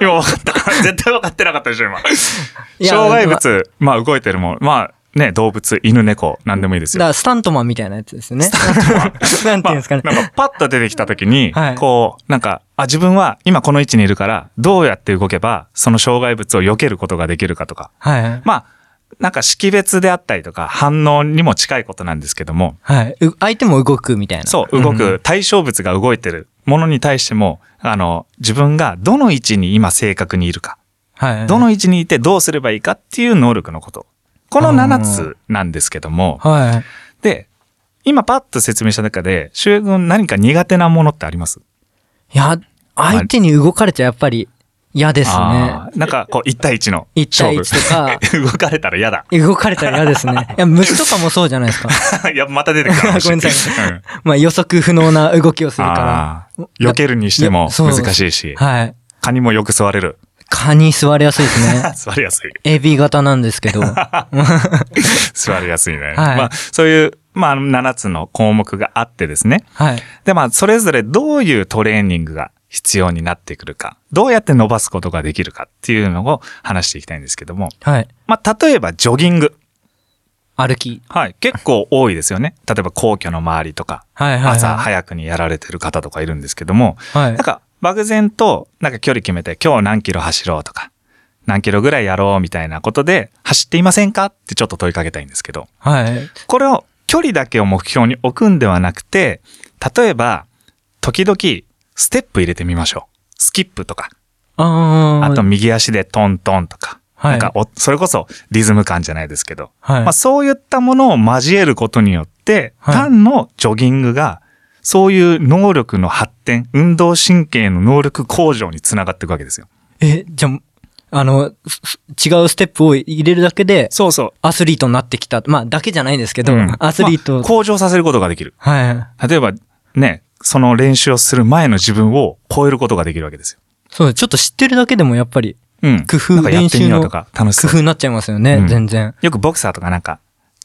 [SPEAKER 3] 今わかった。絶対わかってなかったでしょ、今。
[SPEAKER 4] いや
[SPEAKER 3] 障害物、まあ動いてるもん。まあね、動物、犬、猫、なんでもいいです
[SPEAKER 4] だ
[SPEAKER 3] よ。
[SPEAKER 4] からスタントマンみたいなやつですよね。 なんていうんですかね。
[SPEAKER 3] まあなんかパッと出てきた時に、
[SPEAKER 4] はい
[SPEAKER 3] こう、なんか、あ、自分は今この位置にいるから、どうやって動けば、その障害物を避けることができるかとか。
[SPEAKER 4] はいはい。
[SPEAKER 3] まあ、なんか識別であったりとか、反応にも近いことなんですけども、
[SPEAKER 4] はい。う相手も動くみたいな。
[SPEAKER 3] そう、動く対象物が動いてるものに対しても、あの、自分がどの位置に今正確にいるか。
[SPEAKER 4] はいはい。
[SPEAKER 3] どの位置にいてどうすればいいかっていう能力のこと。この7つなんですけども、
[SPEAKER 4] はい。
[SPEAKER 3] で、今パッと説明した中で、周平君何か苦手なものってあります
[SPEAKER 4] いや、相手に動かれちゃやっぱり嫌ですね
[SPEAKER 3] あ。ーなんかこう1対1の
[SPEAKER 4] 一
[SPEAKER 3] 勝
[SPEAKER 4] 対
[SPEAKER 3] 負。
[SPEAKER 4] 一とか
[SPEAKER 3] 動かれたら嫌だ。
[SPEAKER 4] 動かれたら嫌です ね。いや、虫とかもそうじゃないですか。
[SPEAKER 3] いや、また出てくる
[SPEAKER 4] ごめんなさ
[SPEAKER 3] い。うん
[SPEAKER 4] まあ予測不能な動きをするか
[SPEAKER 3] あー避けるにしても
[SPEAKER 4] そう
[SPEAKER 3] 難しいし
[SPEAKER 4] ら。、はい。
[SPEAKER 3] 蚊にもよく座れる。
[SPEAKER 4] 蚊に座りやすいですね。
[SPEAKER 3] 座りやすい。
[SPEAKER 4] AB 型なんですけど。は
[SPEAKER 3] 座りやすいね。
[SPEAKER 4] はい
[SPEAKER 3] まあ、そういう、まあ、7つの項目があってですね。
[SPEAKER 4] い。
[SPEAKER 3] で、まあ、それぞれどういうトレーニングが必要になってくるか、どうやって伸ばすことができるかっていうのを話していきたいんですけども、
[SPEAKER 4] はい。
[SPEAKER 3] まあ、例えばジョギング。
[SPEAKER 4] 歩き。
[SPEAKER 3] はい。結構多いですよね。例えば皇居の周りとか、
[SPEAKER 4] はいはい、はい。
[SPEAKER 3] 朝早くにやられてる方とかいるんですけども、
[SPEAKER 4] は
[SPEAKER 3] な
[SPEAKER 4] い。
[SPEAKER 3] んか、漠然と、なんか距離決めて、今日何キロ走ろうとか、何キロぐらいやろうみたいなことで、走っていませんかってちょっと問いかけたいんですけど、
[SPEAKER 4] はい。
[SPEAKER 3] これを距離だけを目標に置くんではなくて、例えば、時々、ステップ入れてみましょう。スキップとか、
[SPEAKER 4] あー
[SPEAKER 3] あと、右足でトントンとか、
[SPEAKER 4] はい
[SPEAKER 3] なんかお、それこそリズム感じゃないですけど、
[SPEAKER 4] はい
[SPEAKER 3] まあそういったものを交えることによって、
[SPEAKER 4] はい
[SPEAKER 3] 単のジョギングが、そういう能力の発展、運動神経の能力向上につながっていくわけですよ。
[SPEAKER 4] え、じゃあ、あの、すす違うステップを入れるだけで、
[SPEAKER 3] そうそ
[SPEAKER 4] アスリートになってきた。まあ、だけじゃないですけ
[SPEAKER 3] う
[SPEAKER 4] ど、
[SPEAKER 3] ん
[SPEAKER 4] アスリート、
[SPEAKER 3] まあ向上させることができる。
[SPEAKER 4] はい。
[SPEAKER 3] 例えば、ね、その練習をする前の自分を超えることができるわけですよ。
[SPEAKER 4] そう、ちょっと知ってるだけでもやっぱり、
[SPEAKER 3] うん。
[SPEAKER 4] 工夫
[SPEAKER 3] なんかや
[SPEAKER 4] 練
[SPEAKER 3] ってみ
[SPEAKER 4] 習
[SPEAKER 3] よう
[SPEAKER 4] の
[SPEAKER 3] とか、楽しそ
[SPEAKER 4] 工
[SPEAKER 3] う。
[SPEAKER 4] 夫になっちゃいますよね、
[SPEAKER 3] うん
[SPEAKER 4] 全然。
[SPEAKER 3] よくボクサーとかなんか、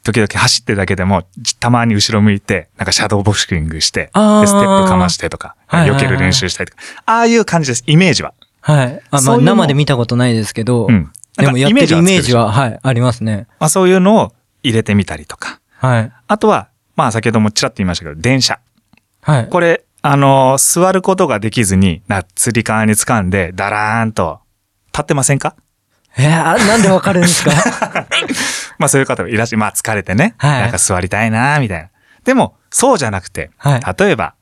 [SPEAKER 3] 時々走ってるだけでも、じたまに後ろ向いて、なんかシャドーボクシングして、でステ
[SPEAKER 4] あー
[SPEAKER 3] ップかましてとか、
[SPEAKER 4] はいはい
[SPEAKER 3] 避
[SPEAKER 4] はい
[SPEAKER 3] ける練習したりとか、ああいう感じです、イメージは。
[SPEAKER 4] はい。あ、ま
[SPEAKER 3] そう
[SPEAKER 4] あ、
[SPEAKER 3] いうの
[SPEAKER 4] 生で見たことないですけど、
[SPEAKER 3] うん
[SPEAKER 4] でもやってるイメージ
[SPEAKER 3] は。
[SPEAKER 4] は、はい、ありますね。
[SPEAKER 3] まあ、そういうのを入れてみたりとか。
[SPEAKER 4] はい。
[SPEAKER 3] あとは、まあ先ほどもちらっと言いましたけど、電車。
[SPEAKER 4] はい。
[SPEAKER 3] これ、あのー座ることができずに、な、釣り革に掴んで、だらーんと、立ってませんか
[SPEAKER 4] えー、あなんでわかるんですかは
[SPEAKER 3] まあそういう方もいらっしゃる。まあ疲れてね。
[SPEAKER 4] はい
[SPEAKER 3] なんか座りたいなーみたいな。でも、そうじゃなくて、
[SPEAKER 4] はい
[SPEAKER 3] 例えば、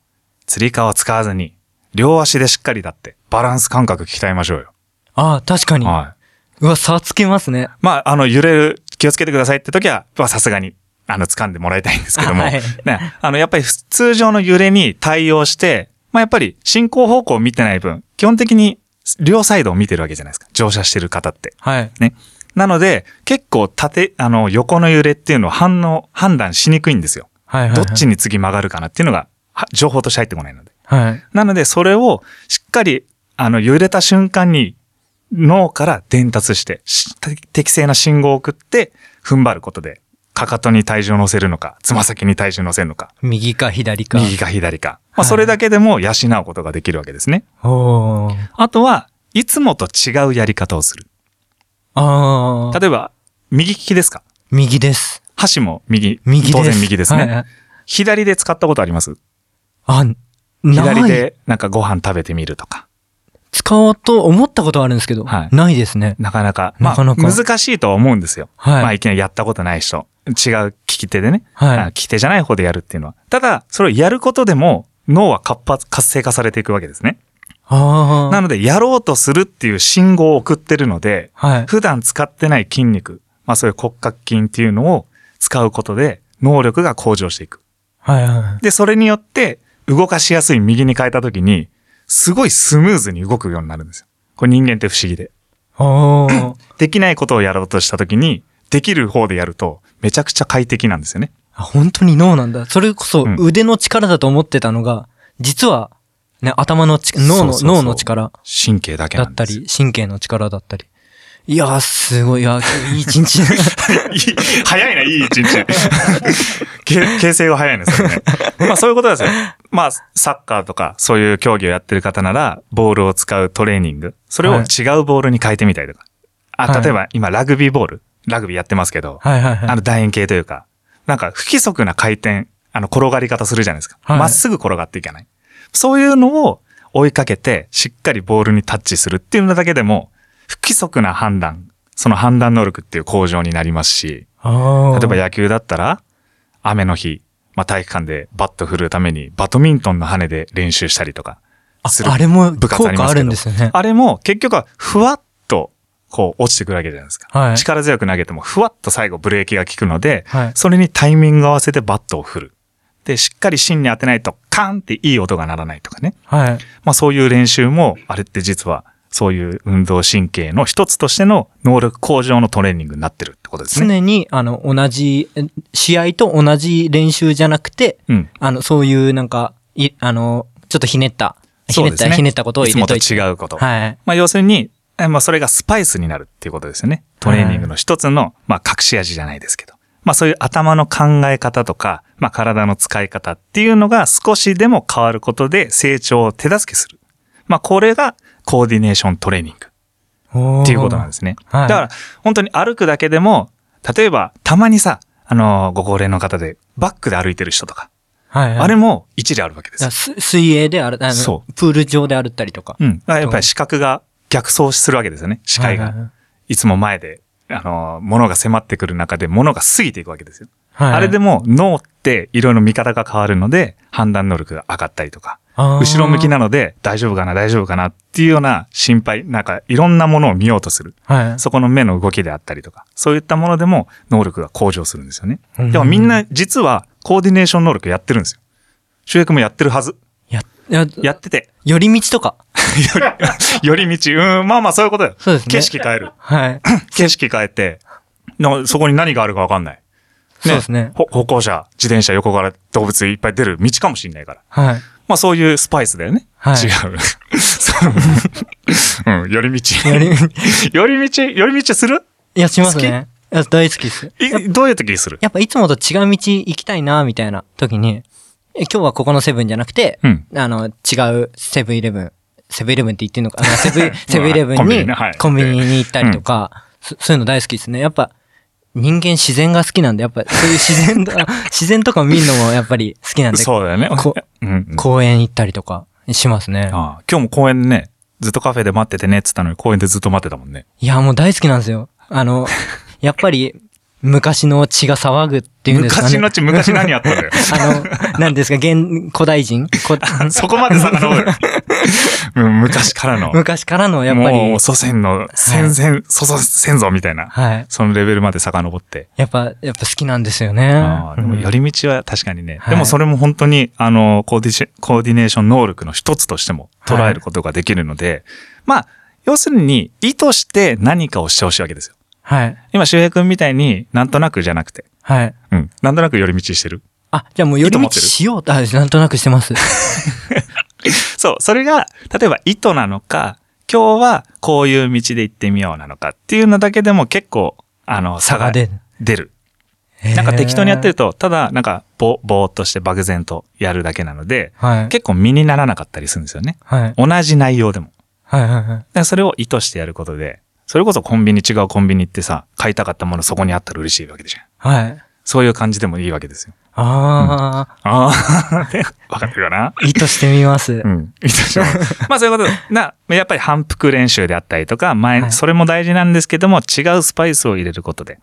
[SPEAKER 3] 釣り革を使わずに、両足でしっかり立って、バランス感覚鍛えましょうよ。
[SPEAKER 4] ああ、確かに。
[SPEAKER 3] は
[SPEAKER 4] うわ、差つけますね。
[SPEAKER 3] い。まあ、あの、揺れる、気をつけてくださいって時は、まあさすがに、あの、掴んでもらいたいんですけども。
[SPEAKER 4] はい
[SPEAKER 3] ね。あの、やっぱり普通常の揺れに対応して、まあやっぱり進行方向を見てない分、基本的に両サイドを見てるわけじゃないですか。乗車してる方って。
[SPEAKER 4] はい。
[SPEAKER 3] ね。なので、結構縦、あの、横の揺れっていうのを反応、判断しにくいんですよ。
[SPEAKER 4] はいはい、はい。
[SPEAKER 3] どっちに次曲がるかなっていうのが、は情報として入ってこないので。
[SPEAKER 4] はい。
[SPEAKER 3] なので、それをしっかり、あの、揺れた瞬間に、脳から伝達して、した適正な信号を送って、踏ん張ることで、かかとに体重を乗せるのか、つま先に体重を乗せるのか、
[SPEAKER 4] 右か左か。
[SPEAKER 3] 右か左か。ま
[SPEAKER 4] は
[SPEAKER 3] あ、
[SPEAKER 4] い
[SPEAKER 3] それだけでも養うことができるわけですね。
[SPEAKER 4] おー。
[SPEAKER 3] あとは、いつもと違うやり方をする。
[SPEAKER 4] あー。
[SPEAKER 3] 例えば、右利きですか
[SPEAKER 4] 右です。
[SPEAKER 3] 箸も右。
[SPEAKER 4] 右です。
[SPEAKER 3] 当然右ですね。
[SPEAKER 4] はい
[SPEAKER 3] 左で使ったことあります
[SPEAKER 4] あ、ない。
[SPEAKER 3] 左でなんかご飯食べてみるとか。
[SPEAKER 4] 使おうと思ったことはあるんですけど、
[SPEAKER 3] はい
[SPEAKER 4] ないですね。
[SPEAKER 3] なかなか、まあ、
[SPEAKER 4] なかなか
[SPEAKER 3] 難しいとは思うんですよ。
[SPEAKER 4] はい
[SPEAKER 3] まあ、いきなりやったことない人。違う利き手でね。
[SPEAKER 4] はい
[SPEAKER 3] あ利き手じゃない方でやるっていうのは。ただ、それをやることでも、脳は活発、活性化されていくわけですね。
[SPEAKER 4] あー。
[SPEAKER 3] なので、やろうとするっていう信号を送ってるので、
[SPEAKER 4] はい。
[SPEAKER 3] 普段使ってない筋肉、まあそういう骨格筋っていうのを使うことで、能力が向上していく。
[SPEAKER 4] はいはいはい。
[SPEAKER 3] で、それによって、動かしやすい右に変えたときに、すごいスムーズに動くようになるんですよ。これ人間って不思議で。
[SPEAKER 4] おー。
[SPEAKER 3] できないことをやろうとしたときに、できる方でやると、めちゃくちゃ快適なんですよね。
[SPEAKER 4] あ本当に脳なんだ。それこそ
[SPEAKER 3] うん
[SPEAKER 4] 腕の力だと思ってたのが、実は、ね、頭のち、脳の、
[SPEAKER 3] そうそうそう
[SPEAKER 4] 脳の力
[SPEAKER 3] 神経だけ
[SPEAKER 4] だ
[SPEAKER 3] なん
[SPEAKER 4] った
[SPEAKER 3] ですよ
[SPEAKER 4] り、神経の力だったり。いやー、すごい。いやー、いい一日。
[SPEAKER 3] いい早いな、いい一日。 け形成が早いんですよね。まあそういうことなんですよ。まあ、サッカーとか、そういう競技をやってる方なら、ボールを使うトレーニング、それを違
[SPEAKER 4] はいう
[SPEAKER 3] ボールに変えてみたりとか。
[SPEAKER 4] は
[SPEAKER 3] あ、
[SPEAKER 4] い
[SPEAKER 3] 例えば今、ラグビーボール、ラグビーやってますけど、
[SPEAKER 4] はいはいは
[SPEAKER 3] あ
[SPEAKER 4] い。
[SPEAKER 3] の楕円形というか、なんか不規則な回転、あの転がり方するじゃないですか。ま、
[SPEAKER 4] はい
[SPEAKER 3] っすぐ転がっていかない。そういうのを追いかけて、しっかりボールにタッチするっていうのだけでも、不規則な判断、その判断能力っていう向上になりますし、
[SPEAKER 4] あ
[SPEAKER 3] 例えば
[SPEAKER 4] や、
[SPEAKER 3] 野球だったら、雨の日、まあ、体育館でバット振るためにバドミントンの羽で練習したりとか
[SPEAKER 4] あ
[SPEAKER 3] する。
[SPEAKER 4] あれも
[SPEAKER 3] 部活あり
[SPEAKER 4] 効
[SPEAKER 3] ま
[SPEAKER 4] 果
[SPEAKER 3] すけ
[SPEAKER 4] ある
[SPEAKER 3] ど
[SPEAKER 4] んですよね。
[SPEAKER 3] あれも結局はふわっとこう落ちてくるわけじゃないですか。
[SPEAKER 4] はい
[SPEAKER 3] 力強く投げてもふわっと最後ブレーキが効くので、
[SPEAKER 4] はい
[SPEAKER 3] それにタイミング合わせてバットを振る。で、しっかり芯に当てないとカーンっていい音が鳴らないとかね。
[SPEAKER 4] はい。
[SPEAKER 3] まあそういう練習も、あれって実はそういう運動神経の一つとしての能力向上のトレーニングになってるってことですね。
[SPEAKER 4] 常に、あの、同じ、え試合と同じ練習じゃなくて、
[SPEAKER 3] うん。
[SPEAKER 4] あの、そういう、なんか、い、あの、ちょっとひねった、ひ
[SPEAKER 3] そう
[SPEAKER 4] ねっ
[SPEAKER 3] です
[SPEAKER 4] た、
[SPEAKER 3] ね
[SPEAKER 4] ひねったことを入れとい
[SPEAKER 3] いつ
[SPEAKER 4] て。
[SPEAKER 3] もと違うこと。
[SPEAKER 4] はい。
[SPEAKER 3] まあ要するに、えまあそれがスパイスになるっていうことですよね。トレーニングの一つの、まあ隠し味じゃないですけど。まあそういう頭の考え方とか、まあ体の使い方っていうのが少しでも変わることで成長を手助けする。まあこれがコーディネーショントレーニング
[SPEAKER 4] っ
[SPEAKER 3] っていうことなんですね。
[SPEAKER 4] はい
[SPEAKER 3] だから本当に歩くだけでも、例えばたまにさ、あのーご高齢の方でバックで歩いてる人とか、
[SPEAKER 4] はいはい。
[SPEAKER 3] あれも一理あるわけです
[SPEAKER 4] だ
[SPEAKER 3] よ
[SPEAKER 4] からす水泳である、あの
[SPEAKER 3] そ、
[SPEAKER 4] プール上であるったりとか。
[SPEAKER 3] うん。だからやっぱり視覚が逆走するわけですよね。視界
[SPEAKER 4] は
[SPEAKER 3] が
[SPEAKER 4] いはいはい。
[SPEAKER 3] いつも前で、あの、物が迫ってくる中で物が過ぎていくわけですよ。
[SPEAKER 4] はい
[SPEAKER 3] あれでも脳っていろいろ見方が変わるので、判断能力が上がったりとか、
[SPEAKER 4] あー
[SPEAKER 3] 後ろ向きなので大丈夫かな、大丈夫かなっていうような心配、なんかいろんなものを見ようとする。
[SPEAKER 4] はい。
[SPEAKER 3] そこの目の動きであったりとか、そういったものでも能力が向上するんですよね。
[SPEAKER 4] うん
[SPEAKER 3] でもみんな実はコーディネーション能力やってるんですよ。主役もやってるはず。
[SPEAKER 4] や、や、
[SPEAKER 3] やってて、
[SPEAKER 4] 寄り道とか。
[SPEAKER 3] 寄り道、うん、まあまあそういうことだよ。
[SPEAKER 4] そうですね
[SPEAKER 3] 景色変える。
[SPEAKER 4] はい。
[SPEAKER 3] 景色変えて、なそこに何があるかわかんない。
[SPEAKER 4] そうですね
[SPEAKER 3] ほ歩行者、自転車横から動物いっぱい出る道かもしれないから。
[SPEAKER 4] はい。
[SPEAKER 3] まあそういうスパイスだよね。
[SPEAKER 4] はい
[SPEAKER 3] 違う。 そううん、寄り道。
[SPEAKER 4] 寄り
[SPEAKER 3] 寄り道、寄り道する
[SPEAKER 4] いや、しますね。いや、大好きです。
[SPEAKER 3] いどういう時にする
[SPEAKER 4] やっぱいつもと違う道行きたいな、みたいな時に、え今日はここのセブンじゃなくて、
[SPEAKER 3] うん
[SPEAKER 4] あの、違うセブンイレブン、セブンイレブンって言ってんのか、あの セブン、セブンイレブン
[SPEAKER 3] コンビニ
[SPEAKER 4] に
[SPEAKER 3] ねはい
[SPEAKER 4] コンビニに行ったりとか、そそういうの大好きですね。やっぱ、人間自然が好きなんで、やっぱそういう自 然と、自然とか見るのもやっぱり好きなんで、
[SPEAKER 3] そうだよね。
[SPEAKER 4] こ
[SPEAKER 3] うんうん
[SPEAKER 4] 公園行ったりとかしますね。
[SPEAKER 3] ああ今日も公園でね、ずっとカフェで待っててねって言ったのに公園でずっと待ってたもんね。
[SPEAKER 4] いや、もう大好きなんですよ。あの、やっぱり昔の血が騒ぐっていうんですかね。
[SPEAKER 3] 昔のうち昔何やった のよ。
[SPEAKER 4] あの、何ですか、現、古代人 こ
[SPEAKER 3] そこまで遡 る。うん昔からの。
[SPEAKER 4] 昔からのやっぱ
[SPEAKER 3] も
[SPEAKER 4] り
[SPEAKER 3] う、祖先の先々、祖祖先祖みたいな。
[SPEAKER 4] はい。
[SPEAKER 3] そのレベルまで遡って。
[SPEAKER 4] やっぱ、やっぱ好きなんですよね。
[SPEAKER 3] ああでも
[SPEAKER 4] うん
[SPEAKER 3] 寄り道は確かにね。
[SPEAKER 4] はい
[SPEAKER 3] でもそれも本当に、あの、コーディシェコーディネーション能力の一つとしても捉えることができるので、まあ、要するに意図して何かをしてほしいわけですよ。
[SPEAKER 4] はい。
[SPEAKER 3] 今、周平君みたいになんとなくじゃなくて、
[SPEAKER 4] はい。
[SPEAKER 3] うん、なんとなく寄り道してる。
[SPEAKER 4] あ、じゃあもう寄り
[SPEAKER 3] 意図持
[SPEAKER 4] 道
[SPEAKER 3] ってる
[SPEAKER 4] しようと、あ、なんとなくしてます。
[SPEAKER 3] そう、それが、例えば意図なのか、今日はこういう道で行ってみようなのかっていうのだけでも結構、あの、差が
[SPEAKER 4] 差が出る
[SPEAKER 3] 出る。 なんか適当にやってる
[SPEAKER 4] る。
[SPEAKER 3] と、ただなんかぼ、ぼーっとして漠然とやるだけなので、
[SPEAKER 4] はい。
[SPEAKER 3] 結構身にならなかったりするんですよね。
[SPEAKER 4] はい。
[SPEAKER 3] 同じ内容でも。だか
[SPEAKER 4] はいはいはい。
[SPEAKER 3] らそれを意図してやることで、それこそコンビニ違うコンビニ行ってさ、買いたかったものそこにあったら嬉しいわけじゃん。
[SPEAKER 4] はい。
[SPEAKER 3] そういう感じでもいいわけですよ。
[SPEAKER 4] ああ、
[SPEAKER 3] ああ、で わかってるかな
[SPEAKER 4] 意図してみます
[SPEAKER 3] う。ん。いいと しますまあそういうことでな、やっぱり反復練習であったりとか、前、
[SPEAKER 4] はい
[SPEAKER 3] それも大事なんですけども、違うスパイスを入れることで、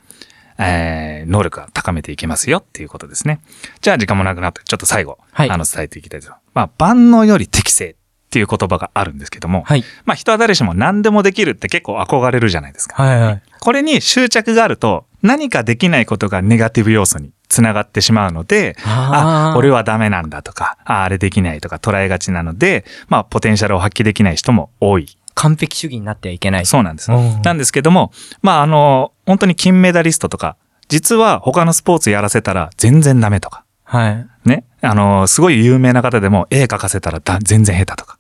[SPEAKER 3] えー、能力が高めていけますよっていうことですね。じゃあ時間もなくなって、ちょっと最後、
[SPEAKER 4] はい
[SPEAKER 3] あの、伝えていきたいと思います。まあ、万能より適正っていう言葉があるんですけども、
[SPEAKER 4] はい。
[SPEAKER 3] まあ人は誰しも何でもできるって結構憧れるじゃないですか。
[SPEAKER 4] はいはい。
[SPEAKER 3] これに執着があると、何かできないことがネガティブ要素につながってしまうので、
[SPEAKER 4] あ
[SPEAKER 3] あ
[SPEAKER 4] ー
[SPEAKER 3] 俺はダメなんだとか、ああれできないとか捉えがちなので、まあ、ポテンシャルを発揮できない人も多い。
[SPEAKER 4] 完璧主義になってはいけない。
[SPEAKER 3] そうなんです。
[SPEAKER 4] うん
[SPEAKER 3] なんですけども、まあ、あの、本当に金メダリストとか、実は他のスポーツやらせたら全然ダメとか、
[SPEAKER 4] はい。
[SPEAKER 3] ね。あの、すごい有名な方でも絵描かせたらだ全然下手とか、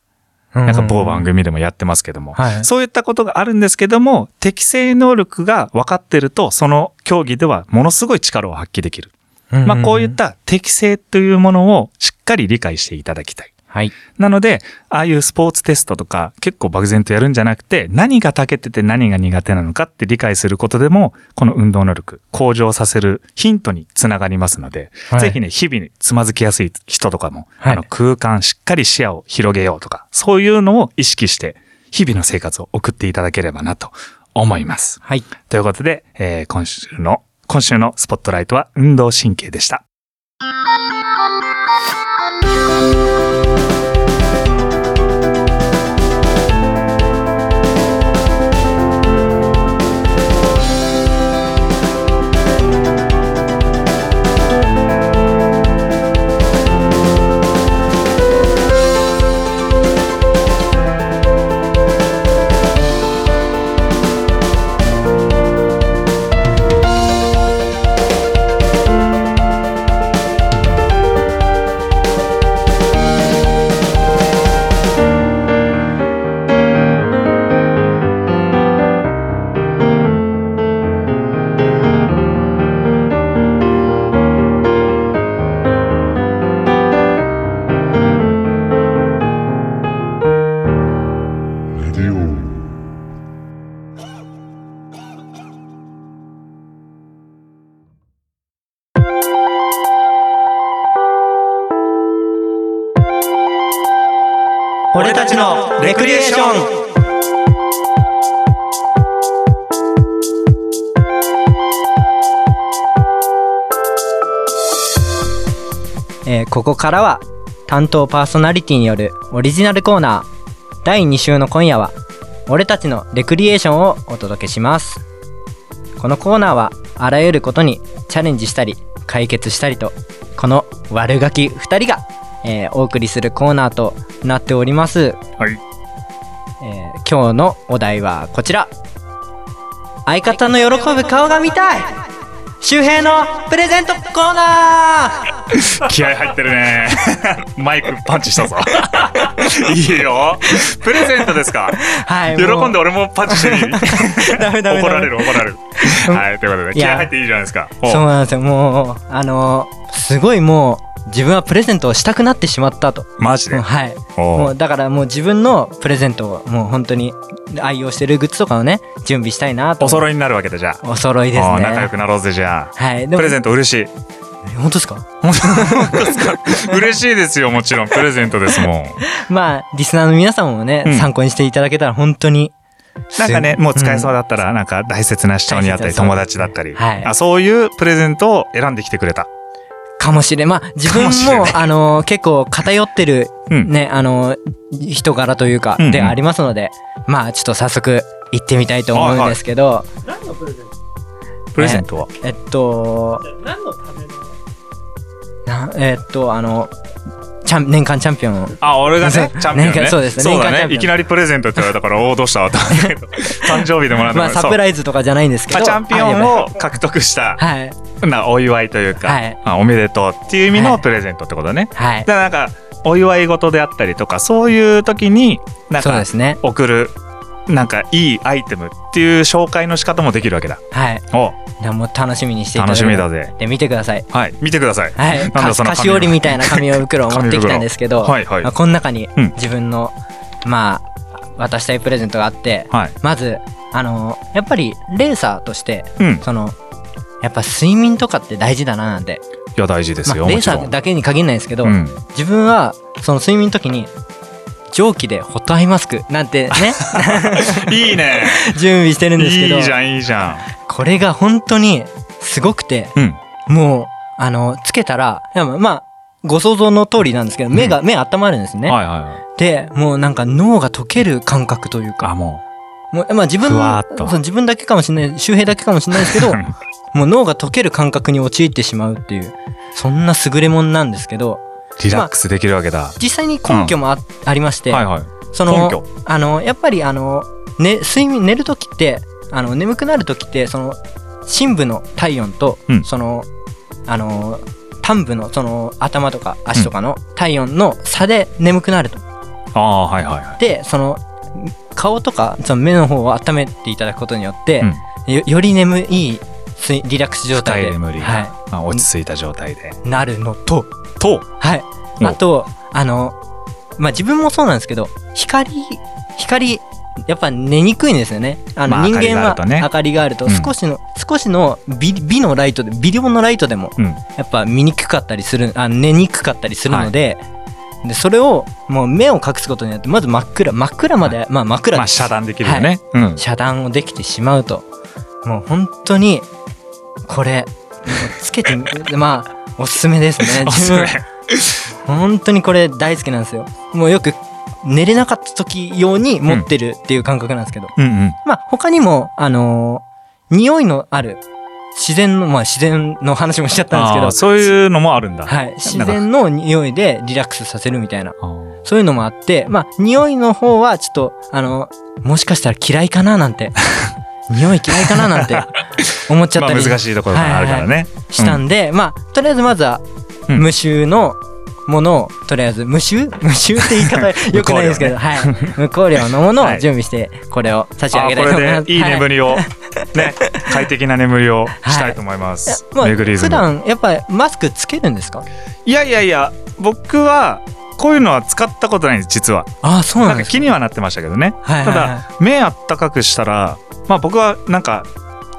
[SPEAKER 4] な
[SPEAKER 3] なんか某番。組でもやってますけども、
[SPEAKER 4] はい
[SPEAKER 3] そういったことがあるんですけども、適正能力が分かってると、その競技ではものすごい力を発揮できる。
[SPEAKER 4] ん
[SPEAKER 3] まあ、こういっ。た適性というものをしっかり理解していただきたい。
[SPEAKER 4] はい。
[SPEAKER 3] なので、ああいうスポーツテストとか結構漠然とやるんじゃなくて、何が長けてて何が苦手なのかって理解することでも、この運動能力向上させるヒントにつながりますので、
[SPEAKER 4] はい
[SPEAKER 3] ぜひね、日々つまずきやすい人とかも、
[SPEAKER 4] はい
[SPEAKER 3] あの空間しっかり視野を広げようとか、そういうのを意識して、日々の生活を送っていただければなと思います。
[SPEAKER 4] はい。
[SPEAKER 3] ということで、えー今週の、今週のスポットライトは運動神経でした。
[SPEAKER 5] Radio.
[SPEAKER 4] 「俺たちのレクリエーション」えーここからは担当パーソナリティによるオリジナルコーナー第2週の今夜は「俺たちのレクリエーション」をお届けしますこのコーナーはあらゆることにチャレンジしたり解決したりとこの悪ガキ2人が、えーお送りするコーナーとなっております、
[SPEAKER 3] はい。
[SPEAKER 4] えー今日のお題はこちら相方の喜ぶ顔が見たい周平のプレゼントコーナー
[SPEAKER 3] 気合入ってるね。 マイクパンチしたぞ。 いいよ。プレゼントですか。
[SPEAKER 4] はい
[SPEAKER 3] 喜んで
[SPEAKER 4] も
[SPEAKER 3] 俺もパンチ していい
[SPEAKER 4] う ダメダメダメ
[SPEAKER 3] 怒られる怒ら れる。はい、ということで
[SPEAKER 4] い
[SPEAKER 3] 気
[SPEAKER 4] や
[SPEAKER 3] 合入っていいじゃないですか。お
[SPEAKER 4] そうなんですよもうあのーすごいもう自分はプレゼントをしたくなってしまったと。
[SPEAKER 3] マジで
[SPEAKER 4] もうはい。
[SPEAKER 3] おう
[SPEAKER 4] もうだからもう自分のプレゼントをもう本当に愛用してるグッズとかをね、準備したいなと。
[SPEAKER 3] お揃いになるわけだじゃあ
[SPEAKER 4] お揃いです
[SPEAKER 3] お
[SPEAKER 4] ね。
[SPEAKER 3] う仲良くなろうぜじゃあ
[SPEAKER 4] はい。で
[SPEAKER 3] プレゼント嬉しい
[SPEAKER 4] ト。本当ですか
[SPEAKER 3] 嬉しいですよもちろんプレゼントですもん
[SPEAKER 4] まあ、リスナーの皆様もね、
[SPEAKER 3] うん
[SPEAKER 4] 参考にしていただけたら本当に。
[SPEAKER 3] なんかねもう使えそううだったらなんか大切な人にあったり
[SPEAKER 4] 大切な人
[SPEAKER 3] 友達だったり、
[SPEAKER 4] はい
[SPEAKER 3] あそういうプレゼントを選んできてくれた
[SPEAKER 4] んかもしれん。まあ、自分
[SPEAKER 3] かもしれ
[SPEAKER 4] も、あのー結構偏ってる、
[SPEAKER 3] うん
[SPEAKER 4] ね、あのー人柄というか、
[SPEAKER 3] うんうん
[SPEAKER 4] でありますので、まあ、ちょっと早速、行ってみたいと思うんですけど、
[SPEAKER 3] プレゼントは、
[SPEAKER 4] えっと、何のためなえっと、あの、チャン年間チャンピオンを
[SPEAKER 3] あ俺 がね
[SPEAKER 4] そう
[SPEAKER 3] チャンピオン
[SPEAKER 4] 年
[SPEAKER 3] ね
[SPEAKER 4] 間そうですね
[SPEAKER 3] そうだ
[SPEAKER 4] 年間チャ
[SPEAKER 3] ね
[SPEAKER 4] ンピオン
[SPEAKER 3] いきなりプレゼントって言われたからおおどうしたと思ったけど誕生日 でもらった
[SPEAKER 4] まあ、サプ
[SPEAKER 3] イ
[SPEAKER 4] ライズとかじゃないんですけど。
[SPEAKER 3] チャンピオ
[SPEAKER 4] あれば
[SPEAKER 3] ンを獲得した
[SPEAKER 4] はい。
[SPEAKER 3] なお祝いというか、
[SPEAKER 4] はい
[SPEAKER 3] あおめでとうっていう意味
[SPEAKER 4] は
[SPEAKER 3] の
[SPEAKER 4] い
[SPEAKER 3] プレゼントってことだね、
[SPEAKER 4] はい
[SPEAKER 3] だ。からなんかお祝い事であったりとかそういう時になん
[SPEAKER 4] そう
[SPEAKER 3] か
[SPEAKER 4] ですね。
[SPEAKER 3] 送るなんかいいアイテムっていう紹介の仕方もできるわけだ
[SPEAKER 4] はい。
[SPEAKER 3] お
[SPEAKER 4] でもう楽しみにしていただ
[SPEAKER 3] 楽
[SPEAKER 4] け
[SPEAKER 3] し
[SPEAKER 4] れば
[SPEAKER 3] みだぜ
[SPEAKER 4] で、見てください。
[SPEAKER 3] はい見てください
[SPEAKER 4] はい、
[SPEAKER 3] なんだその紙は
[SPEAKER 4] か菓子折りみたいな紙袋を持ってきたんですけど、
[SPEAKER 3] 紙袋はいはい
[SPEAKER 4] まあ、この中に
[SPEAKER 3] うん
[SPEAKER 4] 自分の、まあ渡したいプレゼントがあって、
[SPEAKER 3] はい
[SPEAKER 4] まずあのやっぱりレーサーとして
[SPEAKER 3] うんい
[SPEAKER 4] そのやっぱ睡眠とかって大事だななんて、
[SPEAKER 3] や大事です
[SPEAKER 4] ま
[SPEAKER 3] よ、
[SPEAKER 4] あ、レ
[SPEAKER 3] も
[SPEAKER 4] ー
[SPEAKER 3] ち
[SPEAKER 4] サ
[SPEAKER 3] ろ
[SPEAKER 4] ー
[SPEAKER 3] ん
[SPEAKER 4] だけに限らないですけど、
[SPEAKER 3] うん、
[SPEAKER 4] 自分はその睡眠の時に蒸気でホットアイマスクな んてね
[SPEAKER 3] いいね
[SPEAKER 4] 準備してるんですけど
[SPEAKER 3] いいじゃんいいじゃん
[SPEAKER 4] これが本当にすごくて
[SPEAKER 3] うん
[SPEAKER 4] もうあのつけたらでもまあご想像の通りなんですけど目が、目温まるんですね、
[SPEAKER 3] はいはいはい
[SPEAKER 4] でもうなんか脳が溶ける感覚という
[SPEAKER 3] あ
[SPEAKER 4] か
[SPEAKER 3] も
[SPEAKER 4] もう、まあ、自分
[SPEAKER 3] ふわーっと
[SPEAKER 4] そう自分だけかもしれない周平だけかもしれないですけどもう脳が溶ける感覚に陥ってしまうっていうそんな優れもんなんですけど
[SPEAKER 3] うリラックスできるわけだ、
[SPEAKER 4] 実際に根拠もあ,、ありまして、
[SPEAKER 3] はいはい
[SPEAKER 4] そ
[SPEAKER 3] 根
[SPEAKER 4] の
[SPEAKER 3] 拠
[SPEAKER 4] あのやっぱりあの、ね、睡眠寝る時ってあの眠くなる時ってその深部の体温と、
[SPEAKER 3] うん
[SPEAKER 4] そのあの端部のその頭とか足とかの体温の差で眠くなると。
[SPEAKER 3] ああはいはいはい
[SPEAKER 4] でその顔とかその目の方を温めていただくことによって、
[SPEAKER 3] うん
[SPEAKER 4] よより眠い睡リラックス状
[SPEAKER 3] 深
[SPEAKER 4] 態
[SPEAKER 3] い
[SPEAKER 4] で、
[SPEAKER 3] 眠りが、
[SPEAKER 4] は
[SPEAKER 3] まあ、落ち着いた状態で
[SPEAKER 4] い、なるのと、
[SPEAKER 3] と
[SPEAKER 4] はい、
[SPEAKER 3] お
[SPEAKER 4] あとあの、まあ、自分もそうなんですけど光光やっぱ寝にくいんですよねあの
[SPEAKER 3] まあ
[SPEAKER 4] 人間は
[SPEAKER 3] 明かりがあるとね
[SPEAKER 4] 明かりがあると
[SPEAKER 3] うん
[SPEAKER 4] 少しの、少しの微微のライトで微量のライトでも
[SPEAKER 3] うん
[SPEAKER 4] やっぱ見にくかったりするあ寝にくかったりするので,、でそれをもう目を隠すことによってまず真っ暗真っ暗まで、まあ真っ暗
[SPEAKER 3] ま
[SPEAKER 4] で
[SPEAKER 3] あ
[SPEAKER 4] す
[SPEAKER 3] 遮断できるよね、うん
[SPEAKER 4] 遮断をできてしまうともう本当にこれもうつけて みまあおすすめですね
[SPEAKER 3] あ
[SPEAKER 4] 自
[SPEAKER 3] そ
[SPEAKER 4] 分
[SPEAKER 3] れ
[SPEAKER 4] 本当にこれ大好きなんですよもうよく寝れなかった時用に持ってるっていう感覚なんですけど、
[SPEAKER 3] うんうん
[SPEAKER 4] まあ他にもあのー匂いのある自然のまあ自然の話もしちゃったんですけ
[SPEAKER 3] あ
[SPEAKER 4] ど
[SPEAKER 3] ーそういうのもあるんだ
[SPEAKER 4] はい、自然の匂いでリラックスさせるみたいな
[SPEAKER 3] あー
[SPEAKER 4] そういうのもあってまあ匂いの方はちょっとあのもしかしたら嫌いかななんて 匂い嫌いかなな んて思っちゃっ
[SPEAKER 3] まあ
[SPEAKER 4] たり
[SPEAKER 3] 難しいところがあるからね、
[SPEAKER 4] したんで、まあとりあえずまずは
[SPEAKER 3] うん
[SPEAKER 4] 無臭のものをとりあえず無臭無臭って言い 方よくないですけど、はい無香料のものを準備してこれを差し上
[SPEAKER 3] あ
[SPEAKER 4] げ
[SPEAKER 3] ー
[SPEAKER 4] たい
[SPEAKER 3] こと
[SPEAKER 4] 思います。
[SPEAKER 3] れでいい
[SPEAKER 4] は
[SPEAKER 3] 眠りを、ね快適な眠りをしたいと思います、
[SPEAKER 4] まあ
[SPEAKER 3] メグリズム
[SPEAKER 4] 普段やっぱりマスクつけるんですか
[SPEAKER 3] いやいやいや僕はこういうのは使ったことないんです実は
[SPEAKER 4] ああそうな
[SPEAKER 3] なんん
[SPEAKER 4] で
[SPEAKER 3] か
[SPEAKER 4] すか
[SPEAKER 3] 気にはなってましたけどね
[SPEAKER 4] はい
[SPEAKER 3] た
[SPEAKER 4] はいはい
[SPEAKER 3] だ目あったかくしたらまあ僕はなんか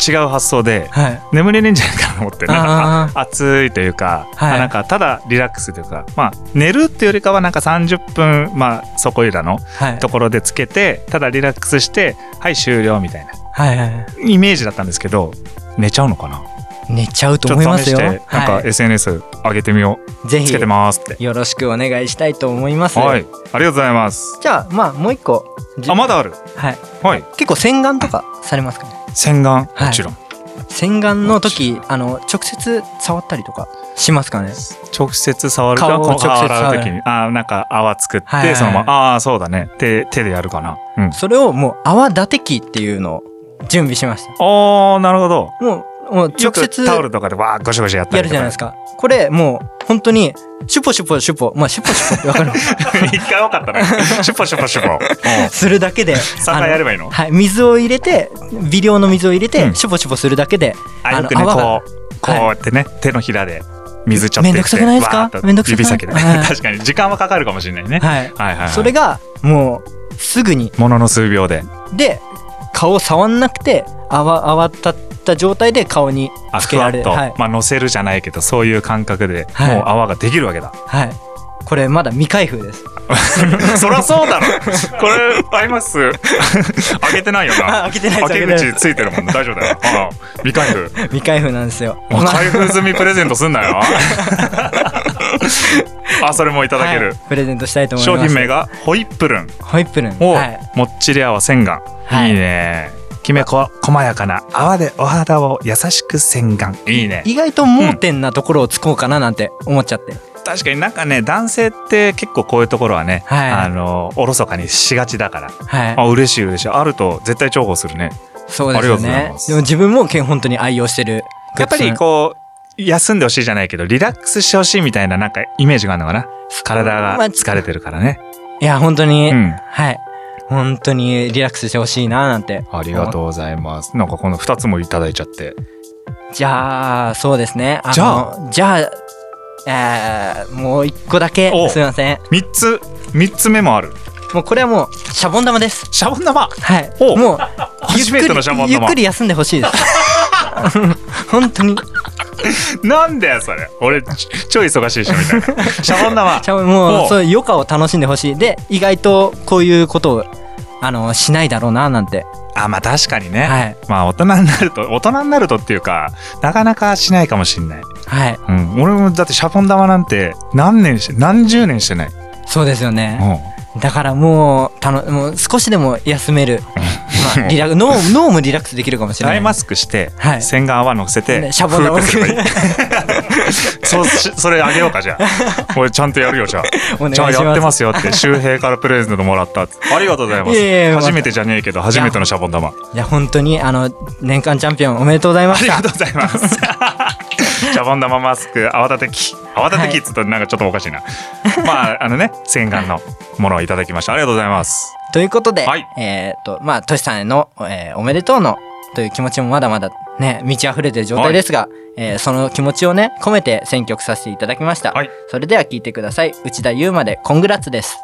[SPEAKER 3] 違う発想で
[SPEAKER 4] はい
[SPEAKER 3] 眠れねえんじゃないかなと思ってなんか
[SPEAKER 4] あ
[SPEAKER 3] あ暑いというか、
[SPEAKER 4] はい
[SPEAKER 3] あなんかただリラックスというかまあ寝るっていうよりかはなんか30分まあそこいらの
[SPEAKER 4] はい
[SPEAKER 3] ところでつけてただリラックスしてはい終了みたいな
[SPEAKER 4] はいはいはい
[SPEAKER 3] イメージだったんですけど寝ちゃうのかな
[SPEAKER 4] 寝ちゃうと思いますよ
[SPEAKER 3] ちょっと試してなん
[SPEAKER 4] は
[SPEAKER 3] か SNS 上げてみよう、
[SPEAKER 4] い、ぜ
[SPEAKER 3] つ
[SPEAKER 4] ひ
[SPEAKER 3] けてますって
[SPEAKER 4] よろしくお願いしたいと思います、
[SPEAKER 3] はいありがとうございます
[SPEAKER 4] じゃあまあもう一個
[SPEAKER 3] あまだある
[SPEAKER 4] はい、
[SPEAKER 3] はい
[SPEAKER 4] 結構洗顔とかされますかね
[SPEAKER 3] 洗顔も
[SPEAKER 4] はい
[SPEAKER 3] ちろん、
[SPEAKER 4] 洗顔の時あの直接触ったりとかしますかね
[SPEAKER 3] 直接触る
[SPEAKER 4] 顔を
[SPEAKER 3] あこう
[SPEAKER 4] 直接触る
[SPEAKER 3] 洗う時にあーなんか泡作って、
[SPEAKER 4] はいはいはい
[SPEAKER 3] そのままああーそうだね手手でやるかなうん
[SPEAKER 4] それをもう泡立て器っていうのを準備しまし
[SPEAKER 3] あーなるほど
[SPEAKER 4] たもうもう直
[SPEAKER 3] よく
[SPEAKER 4] 接
[SPEAKER 3] タオルとかでわーゴシゴシやった
[SPEAKER 4] や
[SPEAKER 3] り
[SPEAKER 4] る
[SPEAKER 3] と
[SPEAKER 4] じゃ
[SPEAKER 3] か
[SPEAKER 4] ないですかこれもう本当にシュポシュポシュポまあシュポシュポってわ かる
[SPEAKER 3] 一回分かったねシュポシュポ シュポうん
[SPEAKER 4] するだけで
[SPEAKER 3] 三回やればいいの
[SPEAKER 4] あはい水を入れて微量の水を入れて、
[SPEAKER 3] うん
[SPEAKER 4] シュポシュポするだけで
[SPEAKER 3] あ
[SPEAKER 4] あ
[SPEAKER 3] よ
[SPEAKER 4] の
[SPEAKER 3] くね
[SPEAKER 4] 泡が
[SPEAKER 3] こうこうやってね、手のひらで水ちゃってって
[SPEAKER 4] めんどくさくないですか
[SPEAKER 3] わーっと
[SPEAKER 4] めんどくさく
[SPEAKER 3] 指
[SPEAKER 4] ない
[SPEAKER 3] 先でね
[SPEAKER 4] は い
[SPEAKER 3] 確かに時間はかかるかもしれないね、
[SPEAKER 4] はい
[SPEAKER 3] はいはいはい
[SPEAKER 4] それがもうすぐに
[SPEAKER 3] ものの数秒で
[SPEAKER 4] で顔を触んなくてあわ泡立った状態で顔に
[SPEAKER 3] あ
[SPEAKER 4] つ
[SPEAKER 3] ふ
[SPEAKER 4] け
[SPEAKER 3] わ
[SPEAKER 4] ら
[SPEAKER 3] っ
[SPEAKER 4] れる
[SPEAKER 3] と、
[SPEAKER 4] はい、
[SPEAKER 3] まあ、乗せるじゃないけどそういう感覚で、
[SPEAKER 4] はい
[SPEAKER 3] もう泡ができるわけだ
[SPEAKER 4] はい、これまだ未開封です
[SPEAKER 3] そりゃそうだろこれアイマス 開けてないよな
[SPEAKER 4] あ開けてないです
[SPEAKER 3] 開け
[SPEAKER 4] 開けてない
[SPEAKER 3] 口
[SPEAKER 4] で
[SPEAKER 3] ついてるもん大丈夫 だよああ未開封
[SPEAKER 4] 未開封なんですよ
[SPEAKER 3] もう
[SPEAKER 4] まあ
[SPEAKER 3] 開封済みプレゼントすんな よあそれもいただける、
[SPEAKER 4] はいプレゼントしたいと思い
[SPEAKER 3] 商
[SPEAKER 4] ます
[SPEAKER 3] 品名がホイップルン
[SPEAKER 4] ホイップルン
[SPEAKER 3] を、
[SPEAKER 4] はい
[SPEAKER 3] もっちり泡洗顔、
[SPEAKER 4] はい
[SPEAKER 3] い、いねきめこ細やかな泡でお肌を優しく洗顔いいね
[SPEAKER 4] 意外と盲点なところをつこうかななんて思っちゃって、
[SPEAKER 3] 確かになんかね男性って結構こういうところはね、
[SPEAKER 4] はい
[SPEAKER 3] あのおろそかにしがちだから、
[SPEAKER 4] はい
[SPEAKER 3] あ嬉しい嬉しいあると絶対重宝するね
[SPEAKER 4] そうで
[SPEAKER 3] ありが
[SPEAKER 4] すよ
[SPEAKER 3] とうござい
[SPEAKER 4] ね
[SPEAKER 3] ます
[SPEAKER 4] でも自分もけん本当に愛用してるグ
[SPEAKER 3] やっぱ
[SPEAKER 4] ッズ
[SPEAKER 3] りこう休んでほしいじゃないけどリラックスしてほしいみたいななんかイメージがあるのかな体が疲れてるからね、
[SPEAKER 4] いや本当に、
[SPEAKER 3] うん
[SPEAKER 4] はい本当にリラックスしてほしいななんて
[SPEAKER 3] ありがとうございますなんかこの2つもいただいちゃって
[SPEAKER 4] じゃあそうですねあの
[SPEAKER 3] じゃ
[SPEAKER 4] じゃあえーもう一個だけ
[SPEAKER 3] お
[SPEAKER 4] すいません
[SPEAKER 3] 3つ3つ目もある
[SPEAKER 4] もうこれはもうシャボン玉です
[SPEAKER 3] シャボン玉
[SPEAKER 4] はい
[SPEAKER 3] お
[SPEAKER 4] もう
[SPEAKER 3] 初めてのシャボン玉
[SPEAKER 4] ゆっくりゆっくり休んでほしいです 本当に
[SPEAKER 3] なんだよそれ俺ちちょい忙しいしみたい なシャボン玉
[SPEAKER 4] しかもも
[SPEAKER 3] お
[SPEAKER 4] うそういう余暇を楽しんでほしいで意外とこういうことをあのしないだろうななんて
[SPEAKER 3] あまあ確かにね、
[SPEAKER 4] はい
[SPEAKER 3] まあ大人になると大人になるとっていうかなかなかしないかもしんない、
[SPEAKER 4] はい
[SPEAKER 3] うん、俺もだってシャボン玉なんて何年して何十年してない、
[SPEAKER 4] そうですよ
[SPEAKER 3] う
[SPEAKER 4] ね
[SPEAKER 3] ん、
[SPEAKER 4] だからもうたのもう少しでも休める、まあ、リラ脳脳もリラックスできるかもしれな
[SPEAKER 3] ア
[SPEAKER 4] い
[SPEAKER 3] イマスクして、
[SPEAKER 4] はい
[SPEAKER 3] 洗顔泡乗せて
[SPEAKER 4] ねシャボン玉
[SPEAKER 3] フーってすれ ばいいそうしそれあげようかじゃ あ俺ちゃんとやるよじゃあ
[SPEAKER 4] お願いし
[SPEAKER 3] じゃあ
[SPEAKER 4] ます
[SPEAKER 3] やってますよって周平からプレゼントもらったってありがとうございます
[SPEAKER 4] いえいえまた
[SPEAKER 3] 初めてじゃねえけど初めてのシャボン玉
[SPEAKER 4] いや本当にあの年間チャンピオンおめでとうございま
[SPEAKER 3] あ
[SPEAKER 4] し
[SPEAKER 3] り
[SPEAKER 4] た
[SPEAKER 3] がとうございます。シャボン玉マスク泡立て器泡立て器っつったらなんかちょっとおかしい な、まああのね洗顔のものをいただきましたありがとうございます
[SPEAKER 4] ということで、
[SPEAKER 3] はい
[SPEAKER 4] えっ、とまあトシさんへの、えーおめでとうのという気持ちもまだまだね満ち溢れてる状態ですが、えーその気持ちをね込めて選曲させていただきました、
[SPEAKER 3] はい
[SPEAKER 4] それでは聴いてください内田優馬で「コングラッツ」です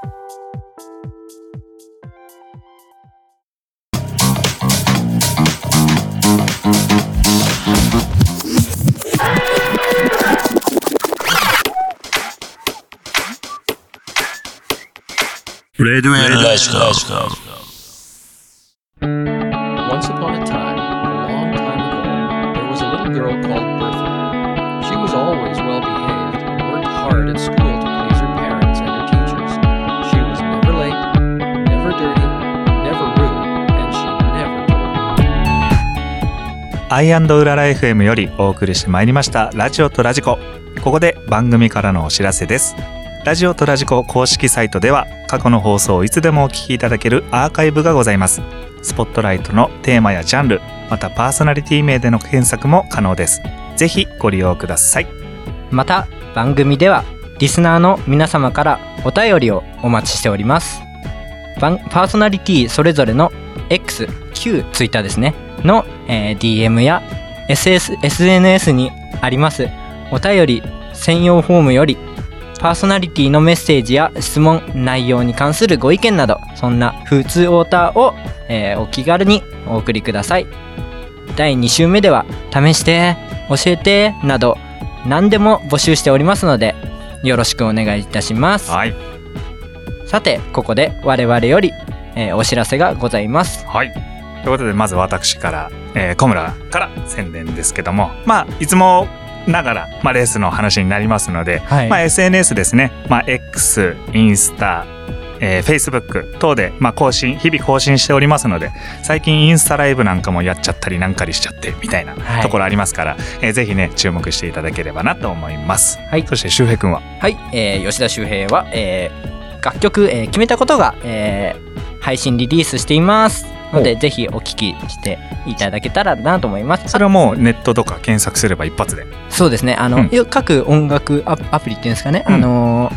[SPEAKER 2] レデュエラジオ
[SPEAKER 6] Once upon a time, a long time ago, there was a little girl called Bertha. She was always well behaved and worked hard at school to please her parents and her teachers. She was never late, never dirty, never rude, and she never told.
[SPEAKER 3] アイウララ FM よりお送りしてまいりましたラジオとラジコここで番組からのお知らせですラジオとラジコ公式サイトでは過去の放送をいつでもお聞きいただけるアーカイブがございますスポットライトのテーマやジャンルまたパーソナリティ名での検索も可能ですぜひご利用ください
[SPEAKER 4] また番組ではリスナーの皆様からお便りをお待ちしております番パーソナリティそれぞれの X、Q、Twitter ですねの、えー DM や SS SNS にありますお便り専用フォームよりパーソナリティのメッセージや質問内容に関するご意見などそんな普通オーターを、えーお気軽にお送りください第2週目では試して教えてなど何でも募集しておりますのでよろしくお願いいたします
[SPEAKER 3] はい
[SPEAKER 4] さてここで我々より、えーお知らせがございます
[SPEAKER 3] はい。ということでまず私から、えー小村から宣伝ですけどもまあいつもながら、まあ、レースの話になりますので、
[SPEAKER 4] はい
[SPEAKER 3] まあ、SNS ですね、まあ、X インスタ、えー Facebook 等で、まあ、更新日々更新しておりますので最近インスタライブなんかもやっちゃったりなんかりしちゃってみたいな
[SPEAKER 4] はい
[SPEAKER 3] ところありますから、えーぜひね注目していただければなと思います。
[SPEAKER 4] はい
[SPEAKER 3] そして周平君は
[SPEAKER 4] はい、えー吉田修平は、えー楽曲、えー決めたことが、えー配信リリースしていますのでぜひお聞きしていただけたらなと思います
[SPEAKER 3] それはもうネットとか検索すれば一発で
[SPEAKER 4] あそうですねあの、
[SPEAKER 3] うん
[SPEAKER 4] よ各音楽アアプリっていうんですかね、
[SPEAKER 3] うん
[SPEAKER 4] あのー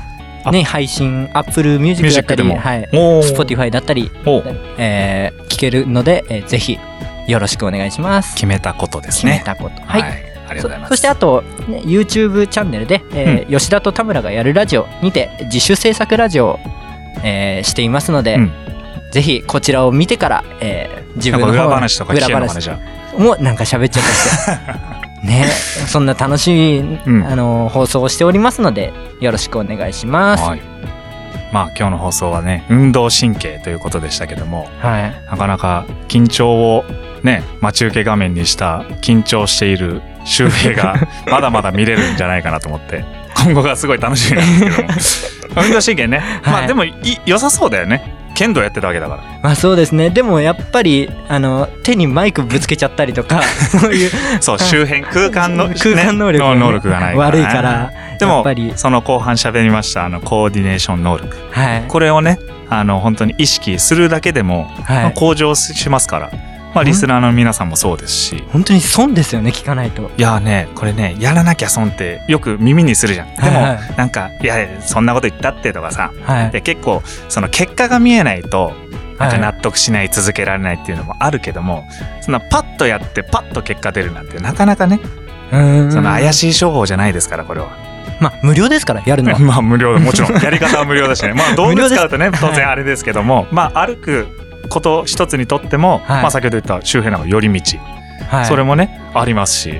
[SPEAKER 3] あ
[SPEAKER 4] ね配信アップルミュージ
[SPEAKER 3] ミュー
[SPEAKER 4] ック
[SPEAKER 3] ジ
[SPEAKER 4] だ
[SPEAKER 3] ッ
[SPEAKER 4] った
[SPEAKER 3] クで
[SPEAKER 4] り、
[SPEAKER 3] も、
[SPEAKER 4] はい、
[SPEAKER 3] おー
[SPEAKER 4] Spotify だったり、
[SPEAKER 3] おー
[SPEAKER 4] えー聞けるので、えーぜひよろしくお願いします
[SPEAKER 3] 決めたことです
[SPEAKER 4] 決め
[SPEAKER 3] ね。
[SPEAKER 4] たことはい、
[SPEAKER 3] はいありがとうございます。
[SPEAKER 4] そしてあと、ね YouTube チャンネルで、えー吉田と田村がやるラジオにて自主制作ラジオを、えーしていますので、
[SPEAKER 3] うん
[SPEAKER 4] ぜひこちらを見てから、えー自
[SPEAKER 3] なん
[SPEAKER 4] 分
[SPEAKER 3] か
[SPEAKER 4] の
[SPEAKER 3] 裏
[SPEAKER 4] 方
[SPEAKER 3] 話とか聞けるのか
[SPEAKER 4] 裏
[SPEAKER 3] な
[SPEAKER 4] 話
[SPEAKER 3] じゃ
[SPEAKER 4] もなんか喋っち ゃったりしてねそんな楽しい、
[SPEAKER 3] ん
[SPEAKER 4] あの放送をしておりますのでよろしくお願いしま
[SPEAKER 3] あ。
[SPEAKER 4] す。
[SPEAKER 3] はい。まあ今日の放送はね運動神経ということでしたけども
[SPEAKER 4] はい、
[SPEAKER 3] なかなか緊張をね待ち受け画面にした緊張している周平 がまだまだ見れるんじゃないかなと思って今後がすごい楽しみなんです けども運動神経ね、ま
[SPEAKER 4] は
[SPEAKER 3] あ
[SPEAKER 4] い
[SPEAKER 3] でもい良さそうだよね剣道やってたわけだから
[SPEAKER 4] まあそうですねでもやっぱりあの手にマイクぶつけちゃったり とかそういう
[SPEAKER 3] そう周辺空間 の
[SPEAKER 4] 空間能力が
[SPEAKER 3] ね
[SPEAKER 4] ね
[SPEAKER 3] 能力がないから、
[SPEAKER 4] 悪いから
[SPEAKER 3] で
[SPEAKER 4] やっ
[SPEAKER 3] も
[SPEAKER 4] ぱり
[SPEAKER 3] その後半喋りましたあのコーディネーション能力
[SPEAKER 4] はい、
[SPEAKER 3] これをねあの本当に意識するだけでも、ま
[SPEAKER 4] は
[SPEAKER 3] あ
[SPEAKER 4] い、
[SPEAKER 3] 向上しますから、まあ、リスナーの皆さんもそうですし
[SPEAKER 4] 本当に損ですよね聞かないと。
[SPEAKER 3] いやーねこれねやらなきゃ損ってよく耳にするじゃんでも、
[SPEAKER 4] はいは
[SPEAKER 3] なんか「いやいやそんなこと言ったって」とかさ
[SPEAKER 4] はい
[SPEAKER 3] で結構その結果が見えないとなん
[SPEAKER 4] は
[SPEAKER 3] か
[SPEAKER 4] い
[SPEAKER 3] 納得しない続けられないっていうのもあるけどもそんなパッとやってパッと結果出るなんてなかなかね
[SPEAKER 4] うん
[SPEAKER 3] その怪しい商法じゃないですからこれは。
[SPEAKER 4] まあ無料ですからやるの は
[SPEAKER 3] まあ無料もちろん やり方は無料だしねまあ道具使うとね当然あれですけども、まあ歩くこと一つにとっても、
[SPEAKER 4] はい
[SPEAKER 3] まあ先ほど言った周辺なんか寄り道、
[SPEAKER 4] はい
[SPEAKER 3] それもねありますし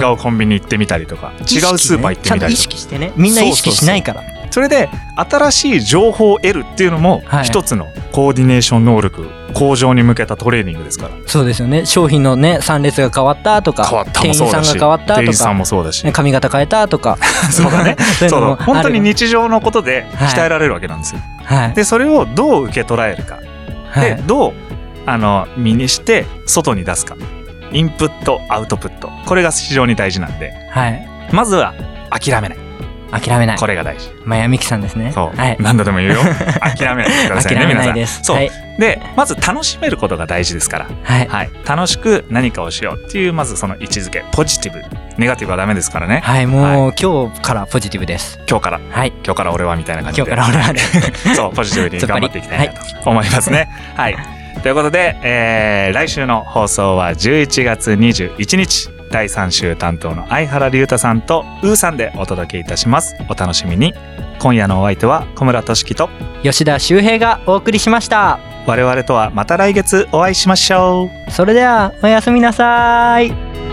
[SPEAKER 3] 違うコンビニ行ってみたりとか違うスーパー行ってみた
[SPEAKER 4] 意識ねちゃんと
[SPEAKER 3] りと
[SPEAKER 4] 意
[SPEAKER 3] か、
[SPEAKER 4] 識してねみんな意識しないから
[SPEAKER 3] それで新しい情報を得るっていうのも
[SPEAKER 4] はい
[SPEAKER 3] 一つのコーディネーション能力向上に向けたトレーニングですから
[SPEAKER 4] そうですよね商品のね3列が変わったとか
[SPEAKER 3] 変わった
[SPEAKER 4] 店
[SPEAKER 3] も
[SPEAKER 4] 員
[SPEAKER 3] そう
[SPEAKER 4] さん
[SPEAKER 3] だ
[SPEAKER 4] が
[SPEAKER 3] し
[SPEAKER 4] 変わった
[SPEAKER 3] 店
[SPEAKER 4] と
[SPEAKER 3] 員さん
[SPEAKER 4] か
[SPEAKER 3] もそうだし
[SPEAKER 4] ね髪型変えたとか
[SPEAKER 3] そうだね
[SPEAKER 4] そういう
[SPEAKER 3] そう
[SPEAKER 4] のも
[SPEAKER 3] だ本当に
[SPEAKER 4] あるよ
[SPEAKER 3] 日常のことで
[SPEAKER 4] はい
[SPEAKER 3] 鍛えられるわけなんですよ、
[SPEAKER 4] はい
[SPEAKER 3] でそれをどう受け捉えるか
[SPEAKER 4] は
[SPEAKER 3] で
[SPEAKER 4] い
[SPEAKER 3] どうあの身にして外に出すかインプットアウトプットこれが非常に大事なんで
[SPEAKER 4] はい
[SPEAKER 3] まずは諦めない
[SPEAKER 4] 諦めない
[SPEAKER 3] これが大事、
[SPEAKER 4] マヤミキさんですね
[SPEAKER 3] そう、
[SPEAKER 4] はい
[SPEAKER 3] 何度でも 言うよ諦めないでください
[SPEAKER 4] 諦
[SPEAKER 3] ね皆
[SPEAKER 4] めな
[SPEAKER 3] さ
[SPEAKER 4] い
[SPEAKER 3] ん
[SPEAKER 4] です
[SPEAKER 3] そう、
[SPEAKER 4] はい
[SPEAKER 3] でまず楽しめることが大事ですから、
[SPEAKER 4] はい
[SPEAKER 3] はい、楽しく何かをしようっていうまずその位置づけポジティブネガティブはダメですからね
[SPEAKER 4] はいもう今日からポジティブです
[SPEAKER 3] 今日から
[SPEAKER 4] はい
[SPEAKER 3] 今日から俺はみたいな感じ
[SPEAKER 4] 今
[SPEAKER 3] で
[SPEAKER 4] 日から俺 はね
[SPEAKER 3] そう、ポジテ ィブに頑張っていきたいなと思いますね。はい。ということで、えー来週の放送は11月21日、第3週担当の相原龍太さんとウーさんでお届けいたします。お楽しみに。今夜のお相手は小村俊樹と、
[SPEAKER 4] 吉田修平がお送りしました
[SPEAKER 3] 我々とはまた来月お会いしましょう。
[SPEAKER 4] それではおやすみなさーい